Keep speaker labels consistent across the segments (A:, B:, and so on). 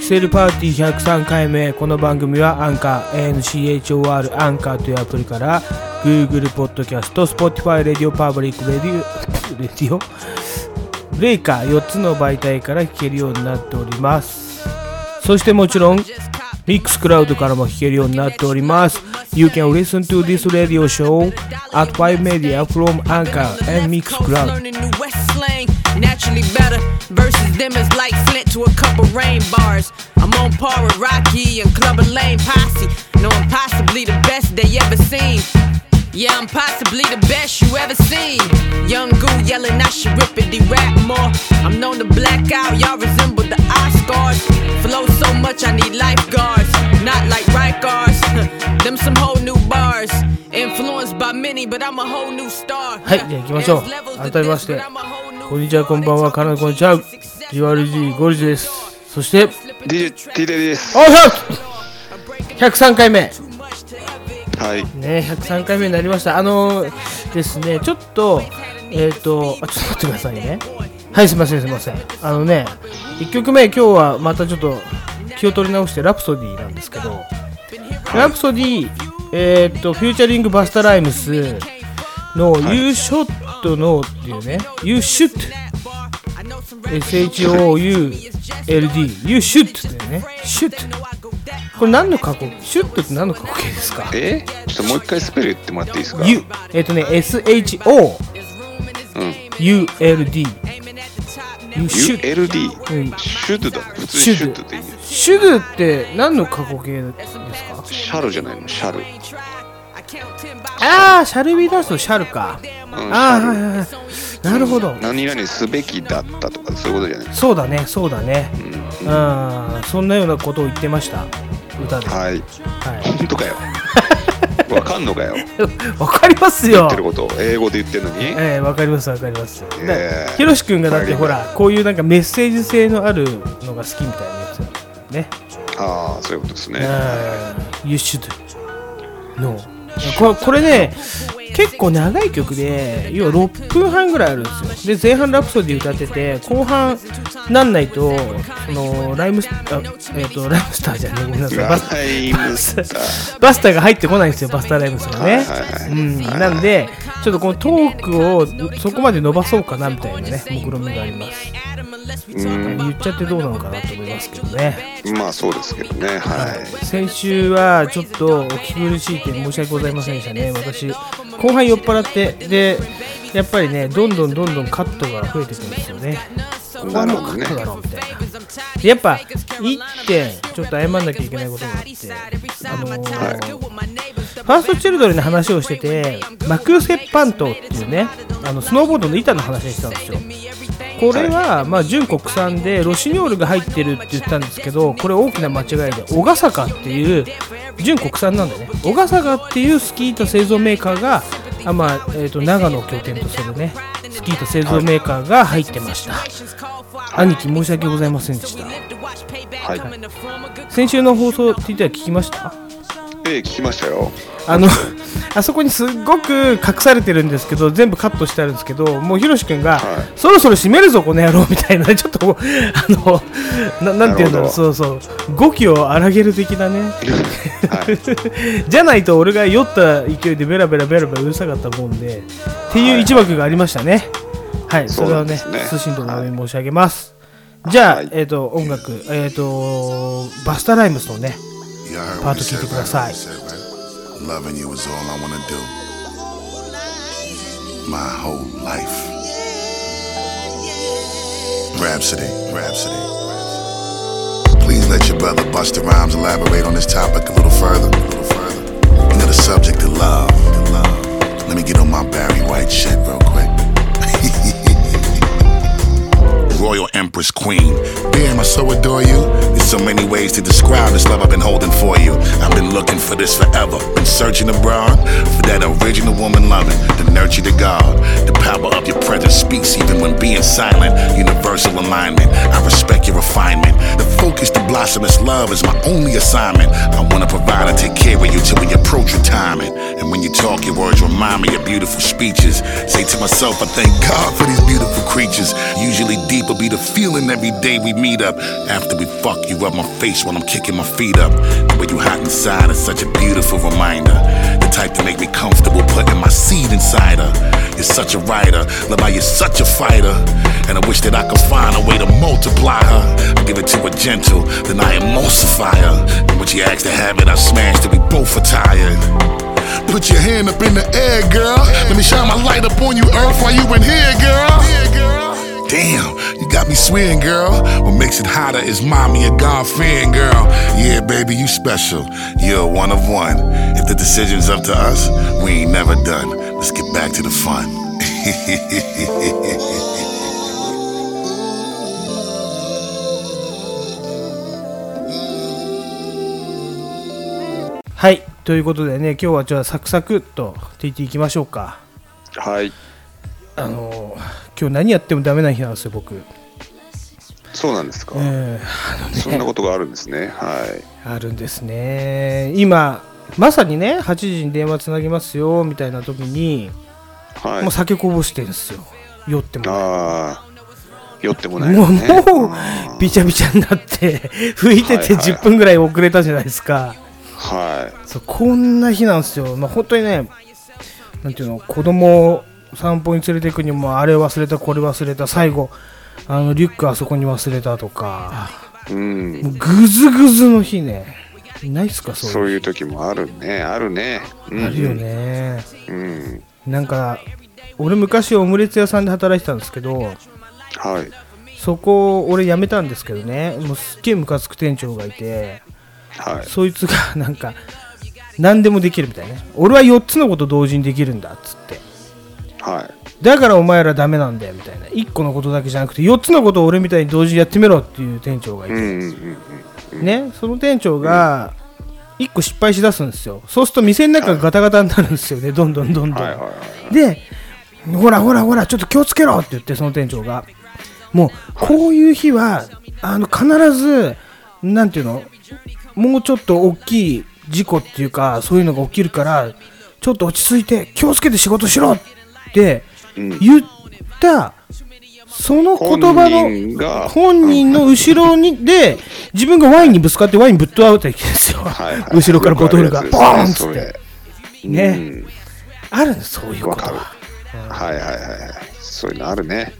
A: SL パーティー103回目この番組はアンカー ANCHOR アンカーというアプリから Google ポッドキャスト Spotify レディオパブリックレディオレディオブレイカー4つの媒体から聞けるようになっておりますそしてもちろん Mixcloud からも聞けるようになっております You can listen to this radio show at 5 media from Anchor and Mixcloud
B: Learning new West slang, naturally better. Versus them is like Flint to a cup of rain bars. I'm on par with Rocky and Club and Lane Posse. No, I'm possibly the best they ever seen. Yeah, I'm possibly the best you ever seen. Young goo yelling, I should rippity rap more. I'm known to black out, y'all resemble the Oscars. Flow so much, I need lifeguards. Not like Rikers, them some whole new bars. Influenced by many, but I'm a whole new star.
A: は
B: はいい、
A: じ
B: じ
A: ゃ
B: ゃ
A: あ
B: あ
A: 行きましょう改
B: 行きましょう。改
A: め
B: め
A: ま
B: ま
A: し
B: してて、
A: こ
B: こ
A: ん
B: ん
A: に
B: に
A: ち
B: ち
A: は
B: は、
A: こ
B: こ
A: ん
B: ん
A: ば
B: ば
A: ん
B: ん
A: は
B: は、
A: か
B: か
A: な
B: な
A: こ
B: こ
A: ん
B: ん
A: ち
B: ち
A: ゃ
B: ゃ
A: う
B: う。
A: URG ゴルジュですそして
C: ディディレです。
A: おいしょ103回目
C: はい。
A: ね103回目になりましたあのー、ですねちょっとえっ、ー、とあちょっと待ってくださいねはいすいませんすいませんあのね1曲目今日はまたちょっと気を取り直してラプソディなんですけどラプソディえっ、ー、とフューチャリングバスタライムスの「You Shot No」っていうね「You Shoot」SHOULD You shoot ってね shoot これ何の過去シュットって何の過去形ですか
C: えちょっともう一回スペル言ってもらっていいですか
A: ?U えっ、とね SHO
C: うん。
A: ULD You should
C: ULD。
A: うん
C: シュドだ。普通にシュドでいいです。
A: シュドゥって何の過去形ですか
C: シャルじゃないのシャル。うん、シ
A: ああシャルビーダンスのシャルかああ
C: ャ
A: はい
C: ル。
A: はいはいなるほど
C: 何々すべきだったとかそういうことじゃないです
A: そうだねそうだね
C: う
A: うんそんなようなことを言ってました歌で
C: か。
A: は
C: はい。本当か よ。わかんのかよ。言
A: い わかりますよ
C: ってることを英語で言ってるのに。
A: ええわかりますわかります
C: ええ
A: だひろし君がだってほらこういうなんかメッセージ性のあるのが好きみたいなやつだよね
C: ああ、そういうことですね。
A: うん You should know これこれね結構長い曲で要は6分半ぐらいあるんですよで前半ラプソディ歌ってて後半なんないとそのライムスあえっ、とライムスターじゃねえごめんなさいバス
C: ライムスター。
A: バスターが入ってこないんですよバスターライムスがね、
C: はいはいはい
A: うん、なんでちょっとこのトークをそこまで伸ばそうかなみたいなね目論みがあります
B: うん
A: 言っちゃってどうなのかなと思いますけどね
C: まあそうですけどね。はい。
A: 先週はちょっとお聞き苦しい点申し訳ございませんでしたね私後半酔っ払ってでやっぱりねどんどんどんどんカットが増えてくるんですよね後
C: な
A: 半
C: る
A: の
C: ほ
A: カ
C: どね
A: ットだろうみたいなでやっぱ1点ちょっと謝んなきゃいけないことがあってあのーファーストチルドレンの話をしててマクセパントっていうねあのスノーボードの板の話をしてたんですよこれは、まあ、純国産でロシニョールが入ってるって言ったんですけどこれ大きな間違いで小笠坂っていう純国産なんだよね小笠坂っていうスキー板製造メーカーがあ、まあえー、と長野を拠点とするねスキー板製造メーカーが入ってました、兄貴申し訳ございませんでした
C: はい。
A: 先週の放送って言ったら聞きました
C: ええ、聞きましたよ。
A: あのあそこにすっごく隠されてるんですけど全部カットしてあるんですけどもうひろし君が、
C: はい
A: そろそろ閉めるぞこの野郎みたいな ちょっとあのななんていうんだろう
C: なるほ
A: そうそう語気を荒げる的なね
C: はい。
A: じゃないと俺が酔った勢いでベラベラベラベラうるさかったもんでっていう一幕がありましたねはい、それはね
C: そうなんです
A: 通
C: ね
A: 信との上申し上げます、じゃあ、
C: はい
A: えっ、と音楽えっ、とバスタライムスのね
D: You heard
A: Part
D: what
A: to
D: he
A: keep it
D: said, right?
A: aside.
D: He said, right? Loving you is all I want to do. My whole life. Rhapsody, Rhapsody. Please let your brother Buster Rhymes elaborate on this topic a little further. A little further. You know the subject of love. of love. Let me get on my Barry White shit real quick. royal empress queen. Damn, I so adore you. There's so many ways to describe this love I've been holding for you. I've been looking for this forever. Been searching abroad for that original woman loving, the nurture to God. The power of your presence speaks even when being silent. Universal alignment. I respect your refinement. The focus to blossom is love is my only assignment. I wanna provide and take care of you till we approach your timing. And when you talk, your words remind me of beautiful speeches. Say to myself, I thank God for these beautiful creatures. Usually deeper will be the feeling every day we meet up. After we fuck, you rub my face while I'm kicking my feet up. The way you hot inside is such a beautiful reminder. The type to make me comfortable putting my seed inside her. You're such a writer, Levi, you're such a fighter. And I wish that I could find a way to multiply her. I give it to her gentle, then I emulsify her. And when she asks to have it, I smash till we both are tired. Put your hand up in the air, girl. Let me shine my light up on you, Earth, while you in here, girl. Damn, you got me swinging, girl. What makes it hotter is mommy and God fearing, girl. Yeah, baby, you special. You're one of one. If the decision's up to us, we ain't never done. Let's get back to the fun.
A: はいということでね今日はじゃあサクサクっとっていっていきましょうか
C: はい。
A: あの今日何やってもダメな日なんですよ僕、
C: そうなんですか。
A: え
C: そんなことがあるんですね。はい。
A: ーあるんですね今まさにね8時に電話つなぎますよみたいな時に、
C: はい。
A: もう酒こぼしてるんですよ酔っても
C: ああ。酔ってもない
A: も
C: よ
A: う、
C: ね。
A: もう
C: あー
A: びちゃびちゃになって拭いてて
C: はいはい
A: 10分ぐらい遅れたじゃないですか、
C: はい。
A: そうこんな日なんですよ、まあ、本当にねなんていうの子供を散歩に連れて行くにもあれ忘れたこれ忘れた最後あのリュックあそこに忘れたとか
C: うん。
A: もうグズグズの日ねないっすかそう
C: そ
A: いう
C: ういう時もあるね。あるね。うん。
A: あるよね
C: うん。
A: なんか俺昔オムレツ屋さんで働いてたんですけど
C: はい。
A: そこ俺辞めたんですけどねもうすっげえムカつく店長がいて
C: はい。
A: そいつがなんか何でもできるみたいね俺は4つのこと同時にできるんだっつって
C: はい。
A: だからお前らダメなんだよみたいな1個のことだけじゃなくて4つのことを俺みたいに同時にやってみろっていう店長がい
C: うん
A: て、
C: うんうん
A: ねその店長が1個失敗しだすんですよそうすると店の中がガタガタになるんですよねどんどんどんどん、
C: はいはいはい。
A: でほらほらほらちょっと気をつけろって言ってその店長がもうこういう日はあの必ずなんていうのもうちょっと大きい事故っていうかそういうのが起きるからちょっと落ち着いて気をつけて仕事しろって
C: うん
A: 言ったその言葉
C: 本人
A: の
C: が
A: 本人の後ろにで自分がワインにぶつかってワインぶっ倒れたきですよ
C: はいはい
A: 後ろからボトルが
C: よ
A: ボ
C: くあ
A: ーン
C: るや
A: っ
C: つ
A: つっ
C: です
A: て
C: それ
A: ね
C: うん
A: あるのそういうこ
C: わ
A: と
C: かる。
A: は
C: はいはいはいはい。そういうのあるね。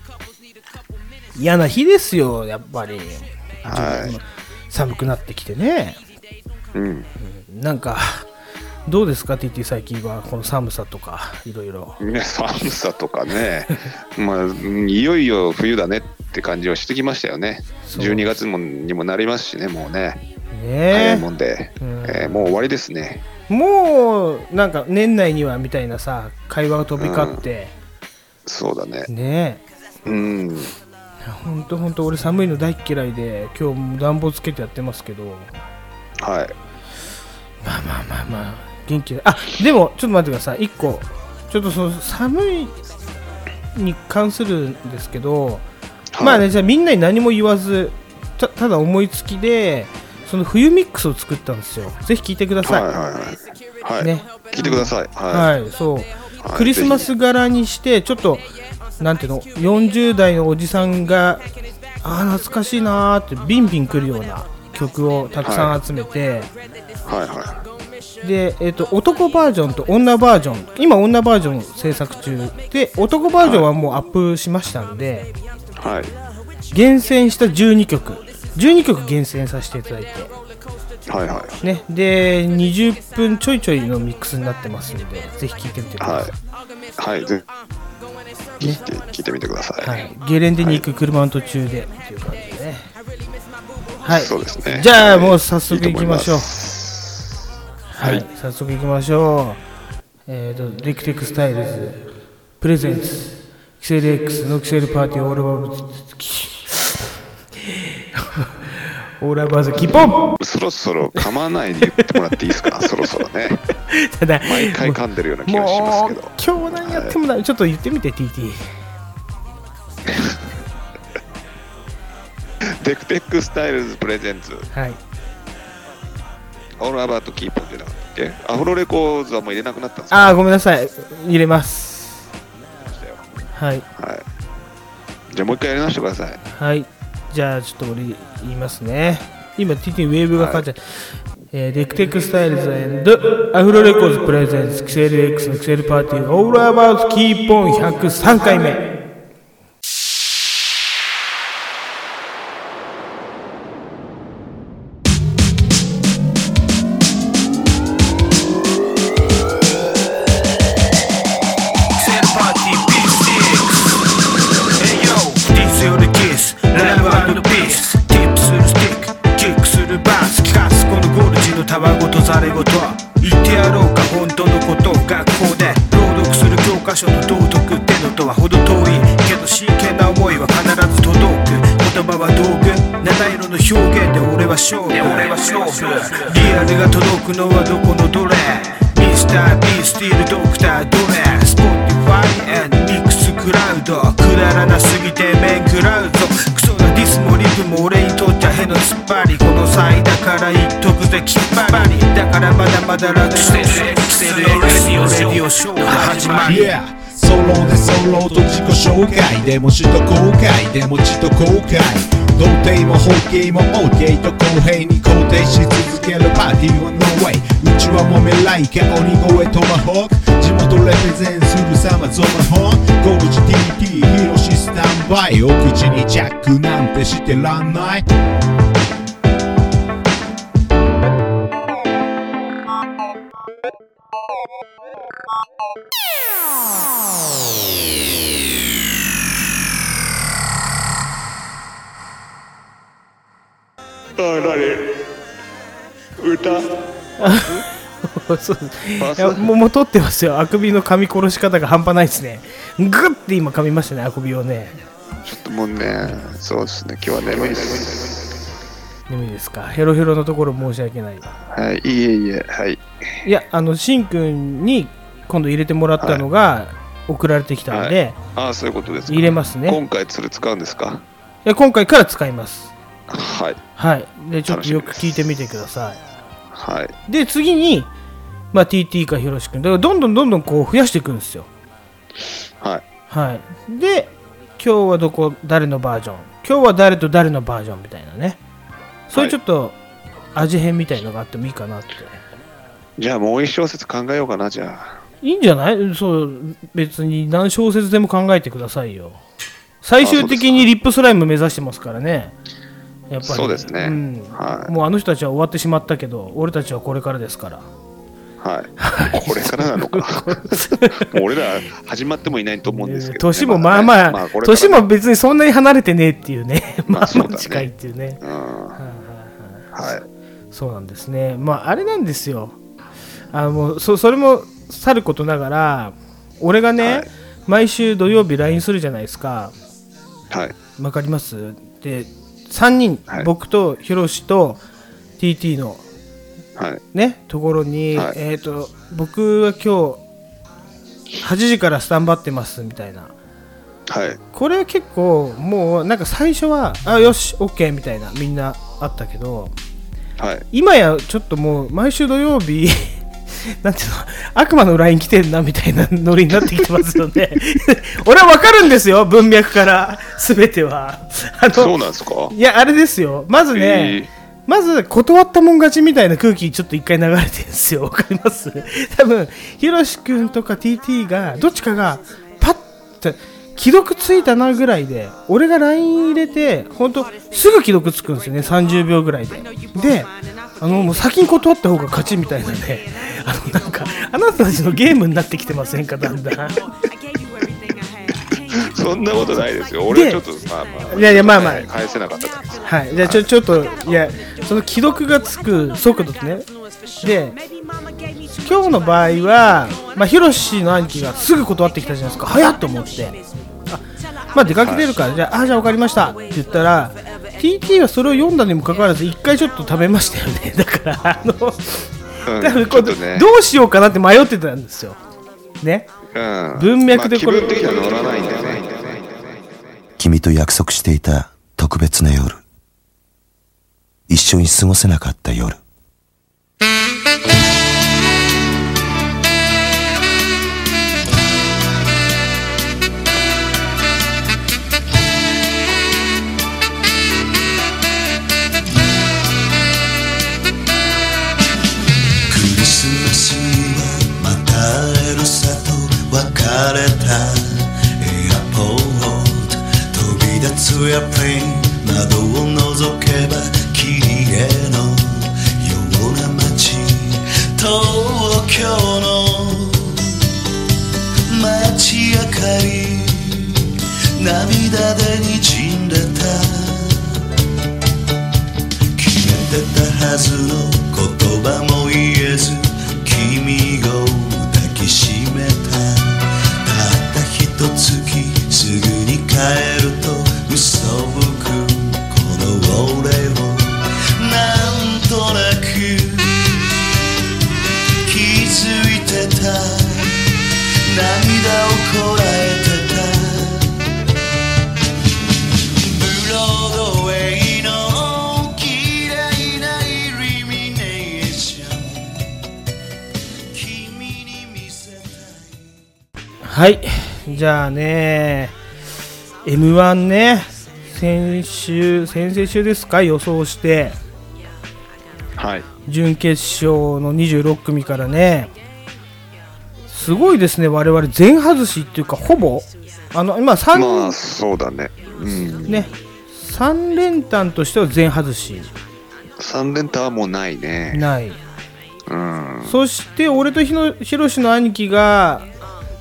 A: 嫌な日ですよやっぱり
C: は
A: 寒くなってきてね
C: い。うん。
A: なんかどうですか TT 最近はこの寒さとかいろいろ
C: ね、寒さとかね、 まあ、うんいよいよ冬だねって感じはしてきましたよね、
A: そう
C: 12月もにもなりますしね、もうね、早い
A: ね
C: もんで、
A: うん
C: えーもう終わりですね、
A: もうなんか年内にはみたいなさ会話が飛び交って、
C: そうだね、
A: ね
C: うん、
A: えほんとほんと俺寒いの大っ嫌いで今日も暖房つけてやってますけど
C: はい、
A: まあまあまあまあ元気であでもちょっと待ってください1個ちょっとその寒いに関するんですけど、
C: はい
A: まあねじゃあみんなに何も言わずたただ思いつきでその冬ミックスを作ったんですよぜひ聞いてくださ
C: はい
A: い
C: は
A: は
C: いはい、はい
A: ね
C: 聞いてくださ
A: い、
C: い、は
A: そう、
C: はい
A: クリスマス柄にしてちょっとなんていうの40代のおじさんがあー懐かしいなーってビンビン来るような曲をたくさん集めて、
C: い、はいは
A: で、えっと男バージョンと女バージョン今女バージョン制作中で男バージョンはもうアップしましたんで、
C: い、は
A: 厳選した12曲12曲厳選させていただいて
C: い、はい、は
A: ねで20分ちょいちょいのミックスになってますのでぜひ聴いてみてく
C: い、
A: ださい、
C: はい、はい、ぜひ聞いて聞いてみてください。
A: はいゲレンデに行く車の途中でっていう感じでねはい
C: そうですね
A: じゃあもう早速行きましょう
C: いいと思います
A: はい、早速行きましょう。えっ、ー、と、リクテックスタイルズ、プレゼンツ、キセル X のキセルパーティーオールバーズ、オールバーズ、キポン
C: そろそろ噛まないで言ってもらっていいですか、 そろそろね。
A: ただ、
C: 毎回噛んでるような気がします
A: も
C: け
A: う
C: ど。、
A: 今日何やってもない、ちょっと言ってみて、TT。
C: デクテックスタイルズプレゼンツ、
A: はい。
C: オールアバートキーポンじゃなかったっけアフロレコーズはもう入れなくなったんですか
A: あー、ごめんなさい、入れます。
C: あ、
A: はい。
C: はい。じゃあもう一回やり直してください。
A: はい。じゃあ、ちょっと俺言いますね。今、TT ウェーブがかかっちゃう。えー、デクテクスタイルズアフロレコーズプレゼンツ、キセル X のキセルパーティー、オールアバウトキーポン103回目。
E: Said party B6 Hey yo リスよりキスライブピースキップするスティックキックするバンス聞かすこのゴルジのたわごとざれごと言ってやろうか本当のことを学校で朗読する教科書の道徳ってのとは程遠いけど真剣な思いは必ず届く言葉は道具七色の表現で俺は勝負俺は勝負リアルが届くのはどこのどれミスター・ビースティール・ドクター・ドレスポティファイ・ミックス・クラウドくだらなすぎて面食らうぞクソなディスもリプも俺にとっちゃへの突っ張りこの際だから言っとくぜきっぱりだからまだまだ楽してるキセル X のレディオショーが始まり
F: Yeah ソロでソロと自己紹介でも死と後悔でも地と後悔童貞も包茎も OK と公平に肯定し続けるパーティーは No way うちはもめライカ鬼越トマホーク地元レプレゼンするさまゾマホーンゴルジ TT ヒロシスタンバイお口にジャックなんてしてらんない
C: あ何歌
A: そうですいやもうもう撮ってますよ。あくびの噛み殺し方が半端ないですね。グッて今噛みましたね、あくびをね。
C: ちょっともうね、そうですね、今日は眠いです。
A: 眠いですか。ヘロヘロのところ申し訳ない。
C: はい、いえいえ、はい。
A: いや、あの、しんくんに今度入れてもらったのが送られてきたので、い
C: ああ、そういうことですか。
A: 入れますね
C: 今回、それ使うんですか
A: や今回から使います。
C: はい、
A: はい。で、ちょっとよく
C: 楽
A: 聞
C: しみ
A: いてみてください。
C: はい。
A: で次に、まあ、TT かひろし君だからどんどんどんどんこう増やしていくんですよ
C: はい。
A: はいで今日はどこ誰のバージョン今日は誰と誰のバージョンみたいなねそういうちょっと味変みたいのがあってもいいかなって
C: じゃあ、もう一小節考えようかな、じゃあ。
A: いいんじゃないそう別に何小節でも考えてくださいよ最終的にリップスライム目指してますからねやっぱり
C: そうですね
A: ん
C: はい
A: もうあの人たちは終わってしまったけど俺たちはこれからですから
C: はい。これからな のか。もう俺ら、始まってもいないと思うんですけどね、
A: 年もまあまあ、
C: ねこれから
A: 年も別にそんなに離れてねえっていうね、
C: まあ
A: まあ
C: そう
A: ま
C: だ
A: あ
C: ね
A: 近いっていうね、
C: うんはい。
A: そうなんですね、まああれなんですよ、あのそそれもさることながら、俺がね、
C: はい
A: 毎週土曜日 LINE するじゃないですか、
C: はい。
A: わかりますで、3人、
C: はい
A: 僕とヒロシと TT の
C: はい。
A: ね、ところに、
C: はい
A: えっ、と、僕は今日8時からスタンバってますみたいな。
C: はい。
A: これは結構もうなんか最初はあよし OK みたいなみんなあったけど
C: はい。
A: 今やちょっともう毎週土曜日 なんていうの悪魔の LINE 来てんなみたいなノリになってきてますよね 俺は分かるんですよ文脈から全てはあの
C: そうなんですか
A: いやあれですよまずね、
C: えー
A: まず断ったもん勝ちみたいな空気ちょっと一回流れてるんですよわ かります多分ひろし君とか TT がどっちかがパッと既読ついたなぐらいで俺が LINE 入れて本当すぐ既読つくんですよね30秒ぐらいでであのもう先に断った方が勝ちみたいなね あのなんかあなたたちのゲームになってきてませんかだんだん
C: そんなことないですよ。俺はちょっと、まあまあ。
A: いやいやまあまあ
C: 返せなかっただけです。
A: はい、じゃあちょちょっといやその既読がつく速度ですねで今日の場合は、まあ、ヒロシの兄貴がすぐ断ってきたじゃないですか早っと思ってあまあ出かけてるから、じゃああじゃあ分かりましたって言ったら TT はそれを読んだにもかかわらず一回ちょっと食べましたよね だからあの、
C: うん
A: 多分こ
C: ちょ
A: れ
C: っとね
A: どうしようかなって迷ってたんですよね
C: うん
A: 文脈でこれ
C: まあ、気分的には乗らないんでね。
G: 君と約束していた特別な夜。一緒に過ごせなかった夜。
H: 「られたエアポート飛び出すエアプレイン窓を覗けば綺麗のような街東京の街明かり涙で滲んでた決めてたはずの言葉も言えず君を抱きしめたたった一月すぐに帰ると嘘吹くこの俺をなんとなく気づいてた涙をこらえてたブロードウェイの嫌いなイルミネーション君に見せたい
A: はいじゃあね m 1ね先週先々週ですか予想して
C: はい。
A: 準決勝の26組からねすごいですね我々全外しっていうかほぼあの今3、
C: まあ、そうだね。うん。
A: ね3連単としては全外し
C: 三連単はもうないね。
A: ない
C: うん。
A: そして俺とひのひろしの兄貴が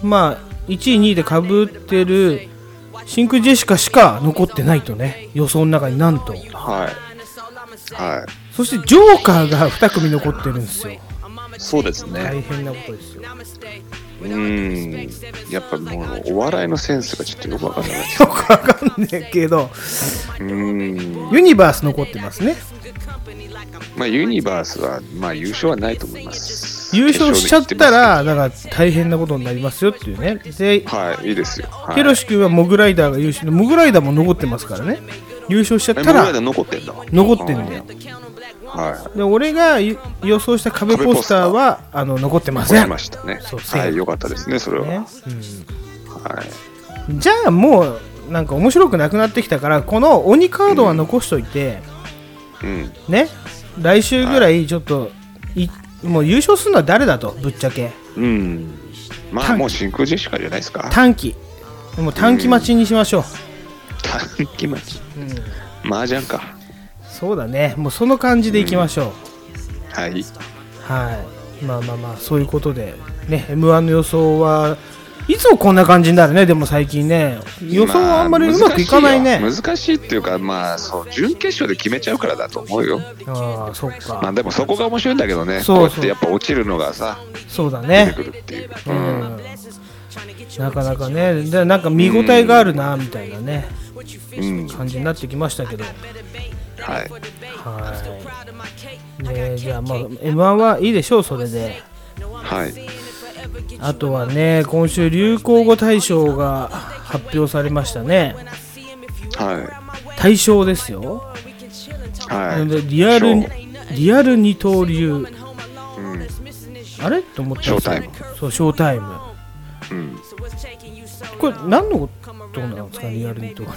A: まあ1位2位でかぶってる真空ジェシカしか残ってないとね予想の中になんと
C: はい。は
A: そしてジョーカーが2組残ってるんですよ
C: い。そうですね。
A: 大変なことですよ
C: うん。やっぱもう、お笑いのセンスがちょっとよくわかんない。
A: よくわかんねえけど
C: うん。
A: ユニバース残ってますね
C: まあ、ユニバースは、まあ、優勝はないと思います。
A: 優勝しちゃっ
C: 決勝
A: た
C: で行
A: らだから大変なことになりますよっていうねで
C: ってますはい、いいですよ。はい、
A: ヒロシ君はモグライダーが優勝でモグライダーも残ってますからね優勝しちゃっ
C: え
A: た
C: モグライダ
A: ら
C: ー残ってんだ。
A: 残ってんだよ
C: は
A: で俺がゆ予想した壁ポスターはあの残ってま
C: い。
A: せ
C: 残り
A: ん、
C: ましたね。
A: そうせん
C: はい、よかったですね、それは。
A: ね
C: はい。
A: うんじゃあもうなんか面白くなくなってきたからこの鬼カードは残しといて、
C: うん。
A: ね来週ぐらいちょっと、いもう優勝するのは誰だとぶっちゃけ
C: うん。まあ、
A: 短
C: もう真空ジェシカじゃないですか。
A: 短期もう短期待ちにしましょう、
C: 短期待ち。麻雀か。
A: そうだねもうその感じでいきましょう、
C: はい。
A: はいまあまあまあそういうことでね m 1の予想はいつもこんな感じになるねでも最近ね予想はあんまりうまくいかないね、
C: まあ難しよ難しいっていうか、まあ、そう、準決勝で決めちゃうからだと思うよ。
A: ああそっか、
C: まあ、でもそこが面白いんだけどね。
A: そうそう
C: こうやってやっぱ落ちるのがさ、
A: そうだ
C: 出て
A: ね
C: くるっていう。
A: う
C: うん
A: んなかなかねでなんか見応えがあるなみたいなね
C: うん。
A: 感じになってきましたけど
C: はい。
A: はいねじゃあまあ m 1はいいでしょうそれで
C: はい。
A: あとはね今週流行語大賞が発表されましたね
C: は
A: 大賞ですよ
C: い。は。
A: ないのでリアル
C: ショー
A: リアル二刀流
C: うん。
A: あれと思ったんですよ
C: ショータ
A: そうショータイム
C: うん。
A: これ何のことなんですかリアル二刀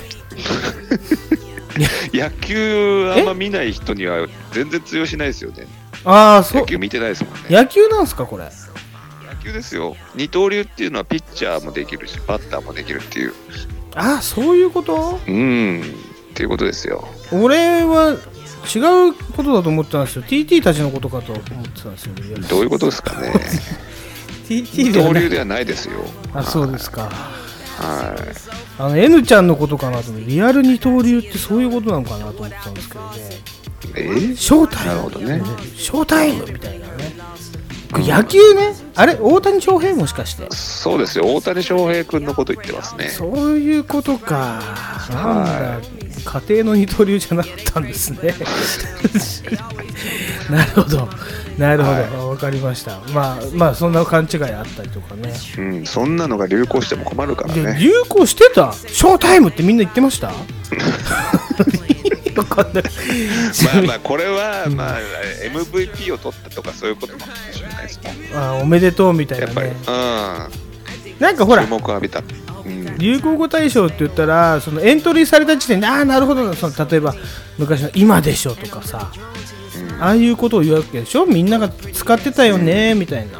C: 野球あんま見ない人には全然通用しないですよね。
A: 流ああそう
C: 野球見てないですもんね。
A: 野球なんすかこれ
C: 野球ですよ。二刀流っていうのはピッチャーもできるし、バッターもできるっていう。
A: ああそういうこと
C: うん。っていうことですよ。
A: 俺は違うことだと思ってたんですよ TT たちのことかと思ってたんですよ いや
C: どういうことですかね。
A: TT
C: 二
A: では
C: 刀
A: な
C: 流
A: い
C: ではないですよ。
A: あそうですか
C: はい。
A: あの N ちゃんのことかなと思ってリアル二刀流ってそういうことなのかなと思ってたんですけどね
C: えー
A: ショータイム
C: なるほどね
A: ショータイムみたいなねこれ野球ねあれ大谷翔平もしかして
C: そうですよ。大谷翔平君のこと言ってますね。
A: そういうことかなんだ家庭の二刀流じゃなかったんですね なるほどなるほど、わかりましたまあまあそんな勘違いあったりとかね
C: うん。そんなのが流行しても困るから
A: で
C: ね。
A: 流行してたショータイムってみんな言ってま した意味わかんない
C: まあまあ、これは、まあ、MVP を取ったとかそういうこともかもしれないですね。
A: あおめでとうみたい
C: やっ
A: な
C: ぱり。
A: ね
C: うん。
A: なんかほら
C: 注目を浴びた、うん、
A: 流行語大賞って言ったらそのエントリーされた時点でああなるほどなその例えば昔の「今でしょ」とかさ、ああいうことを言うわけでしょみんなが使ってたよねみたいな、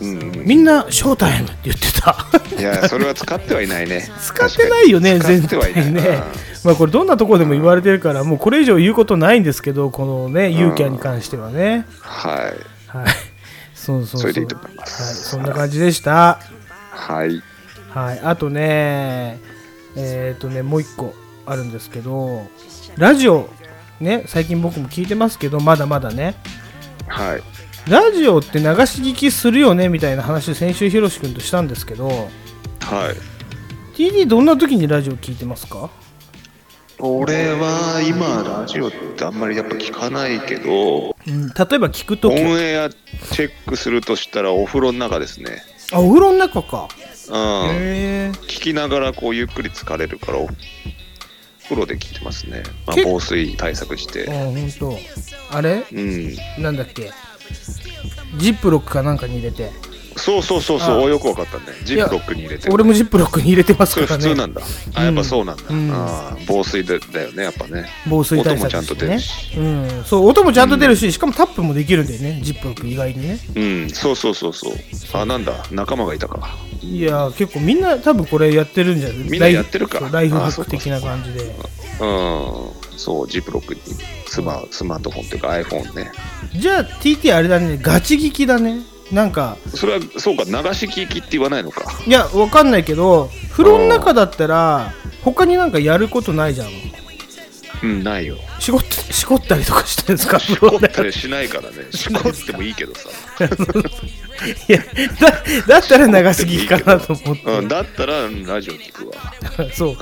A: みんな「ショータイム」って言ってした。
C: いや、それは使ってはいないね。
A: 使ってないよね、
C: 確かに
A: 全
C: 使ってはいな
A: 体
C: い
A: ね。まあこれ、どんなところでも言われてるから、もうこれ以上言うことないんですけど、このね、ユーキャンに関してはね。
C: はい。
A: はい。そうそうそう。
C: それでいいと思います
A: はい、そんな感じでした。
C: はい。
A: はい。あとね、えっ、とね、もう一個あるんですけど、ラジオ、ね、最近僕も聞いてますけど、まだまだね、
C: はい。
A: ラジオって流し聞きするよねみたいな話を先週、ひろし君としたんですけど、
C: はい。
A: TD どんな時にラジオ聞いてますか
C: 俺は今、ラジオってあんまりやっぱ聞かないけど、
A: うん例えば聞く
C: オ
A: とき、
C: ンエアチェックするとしたらお風呂の中ですね。
A: あ、お風呂の中か。
C: うん。
A: へえ。
C: 聞きながらこうゆっくり疲れるから、お風呂で聞いてますね。まあ、
A: け
C: 防水対策し
A: あ、
C: て。
A: ほんと。あれ
C: うん。
A: なんだっけジップロックかなんかに入れて。
C: そうそうそうそ
A: あ
C: う、よくわかったね。ジップロックに入れてる。
A: 俺もジップロックに入れてます
C: そ
A: から
C: れ普
A: ね。
C: 通なんだ。あ、やっぱそうなんだ。
A: うん
C: あー防水でだよね、やっぱね。
A: 防水対
C: 音も
A: 策
C: ちゃんと
A: し
C: 出
A: て
C: る
A: ね
C: し。
A: うん、そう音もちゃんと出るし、しかもタップもできるんだよね、ジップロック以外にね。
C: うん、そうそうそうそう。あ、なんだ、仲間がいたか。
A: いやー、結構みんな、多分これやってるんじゃない
C: みんなやってるか
A: ライフライフハ
C: あー
A: ック的な感じで。
C: うん、そう、ジップロックにスマスマートフォンっていうか iPhone ね。
A: じゃあ、TT あれだね、ガチ聞きだね。なんか、
C: それは、そうか、流し聞きって言わないのか。
A: いや、わかんないけど、風呂の中だったら、他になんかやることないじゃん。
C: うん、ないよ。
A: しごっしこったりとかしてるんですか、
C: し
A: 風
C: こ
A: 呂
C: っ
A: で。
C: たりしないからね。しこってもいいけ どさ。
A: いやだだったら長すぎかなと思って。
C: うん、だったら、うんラジオ聞くわ。
A: そう
C: うん
A: い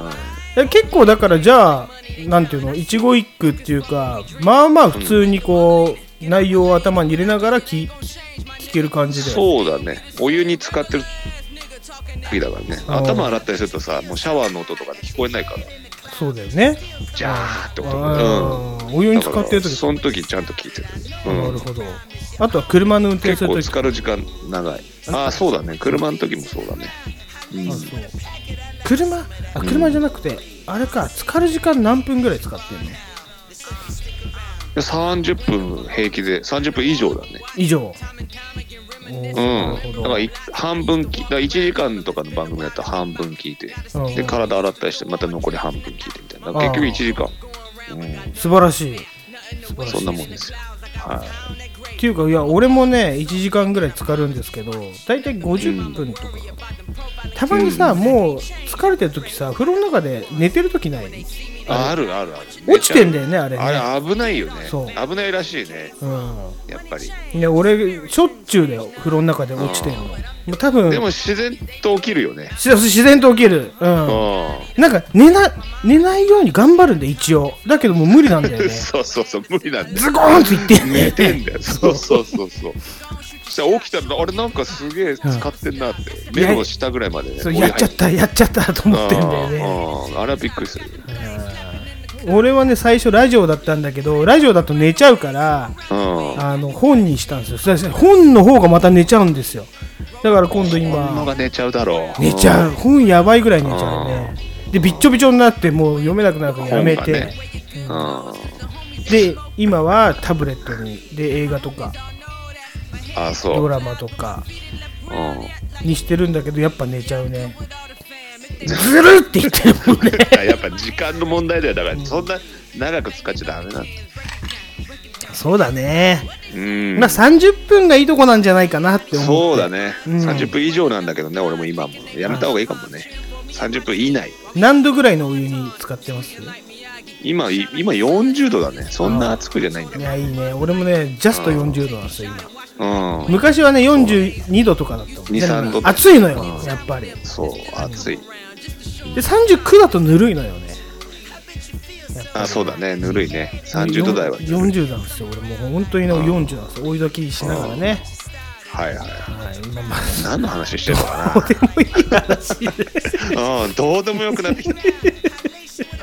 A: や結構だからじゃあなんていうの一期一句っていうかまあまあ普通にこう、内容を頭に入れながら聞聞ける感じで
C: そうだね。お湯に使ってる時だからね。
A: ん
C: 頭洗ったりするとさ、もうシャワーの音とかで聞こえないから。
A: そうだよね
C: ジャーって音が。
A: あーお湯
C: うん。
A: に
C: だ
A: 使
C: から
A: ってる時
C: その時ちゃんと聞いてる。
A: な
C: う
A: る
C: ん。
A: ほどあとは車の運転す
C: 結
A: る
C: 構
A: 時
C: 使う時間長い。ああ、そうだね。車の時もそうだね。うん
A: あそう車あ車じゃなくて、あれか使る時間何分ぐらい使ってるの
C: で30分平気で30分以上だね
A: 以上
C: う
A: る
C: ん
A: ほど
C: だからい半分きだから1時間とかの番組だったら半分聞いて
A: うん
C: で体洗ったりしてまた残り半分聞いてみたいなだから結局1時間
A: 素晴らしい素晴
C: う
A: ら
C: ん
A: しい
C: そんなもんですよはい
A: っていうかいや俺もね1時間ぐらい浸かるんですけど大体50分とか、たまにさ、もう疲れてる時さ風呂の中で寝てる時ない
C: ああるあるある
A: 落ちてんだよねあれね
C: あれ危ないよね
A: そう
C: 危ないらしいね
A: う
C: やっぱり
A: んね俺しょっちゅうだよ風呂の中で落ちてるのもう多分
C: でも自然と起きるよね
A: し自然と起きるうん
C: うん
A: なんか寝な寝ないように頑張るんだよ一応だけどもう無理なんだよ ね
C: そうそうそう無理なんだ
A: ズコーンっていってん
C: 寝
A: ね
C: て んだよそうそうそうそうそしたら起きたらあれなんかすげえ使ってんなって目の下ぐらいまでね
A: そうやっちゃったやっちゃったと思ってんだよね
C: あーあーあれはびっくりする。
A: 俺はね最初ラジオだったんだけどラジオだと寝ちゃうから
C: うん。
A: あの本にしたんですよそしたら本の方がまた寝ちゃうんですよだから今度
C: の
A: 今
C: が寝ちゃうだろう。
A: 寝ちゃう本やばいぐらい寝ちゃうねでびっちょびちょになってもう読めなくなるからやめて、
C: 本がねうん。あ
A: で今はタブレットにで映画とか
C: あ、そ
A: ド
C: う。
A: ラマとか
C: うん。
A: にしてるんだけどやっぱ寝ちゃうねずるって言ってるもんね
C: やっぱ時間の問題だよ。だから、そんな長く使っちゃダメなんだ。
A: そうだね、
C: うん。
A: まあ30分がいいとこなんじゃないかなって思って
C: そうだね。
A: うん
C: 30分以上なんだけどね、俺も今も。やめた方がいいかもね。30分以内。
A: 何度ぐらいのお湯に使ってます
C: 今、い今40度だね。そんな暑くじゃないんだ
A: い
C: よ。
A: やいいね俺もねジャスト40度なんですよ今
C: うん。
A: 昔はね42度とかだったもん
C: 2 3度
A: 暑いのよ
C: うん
A: やっぱり
C: そう、暑い。
A: で39だとぬるいのよね
C: あ、そうだね。ぬるいね。30度台は。
A: 40なんですよ俺もう本当にね40なんですよ追い時しながらね
C: はいはい。
A: はい今ま
C: 何の話してるの かな。
A: ででもいい話で
C: うん、どうでもよくなってきた。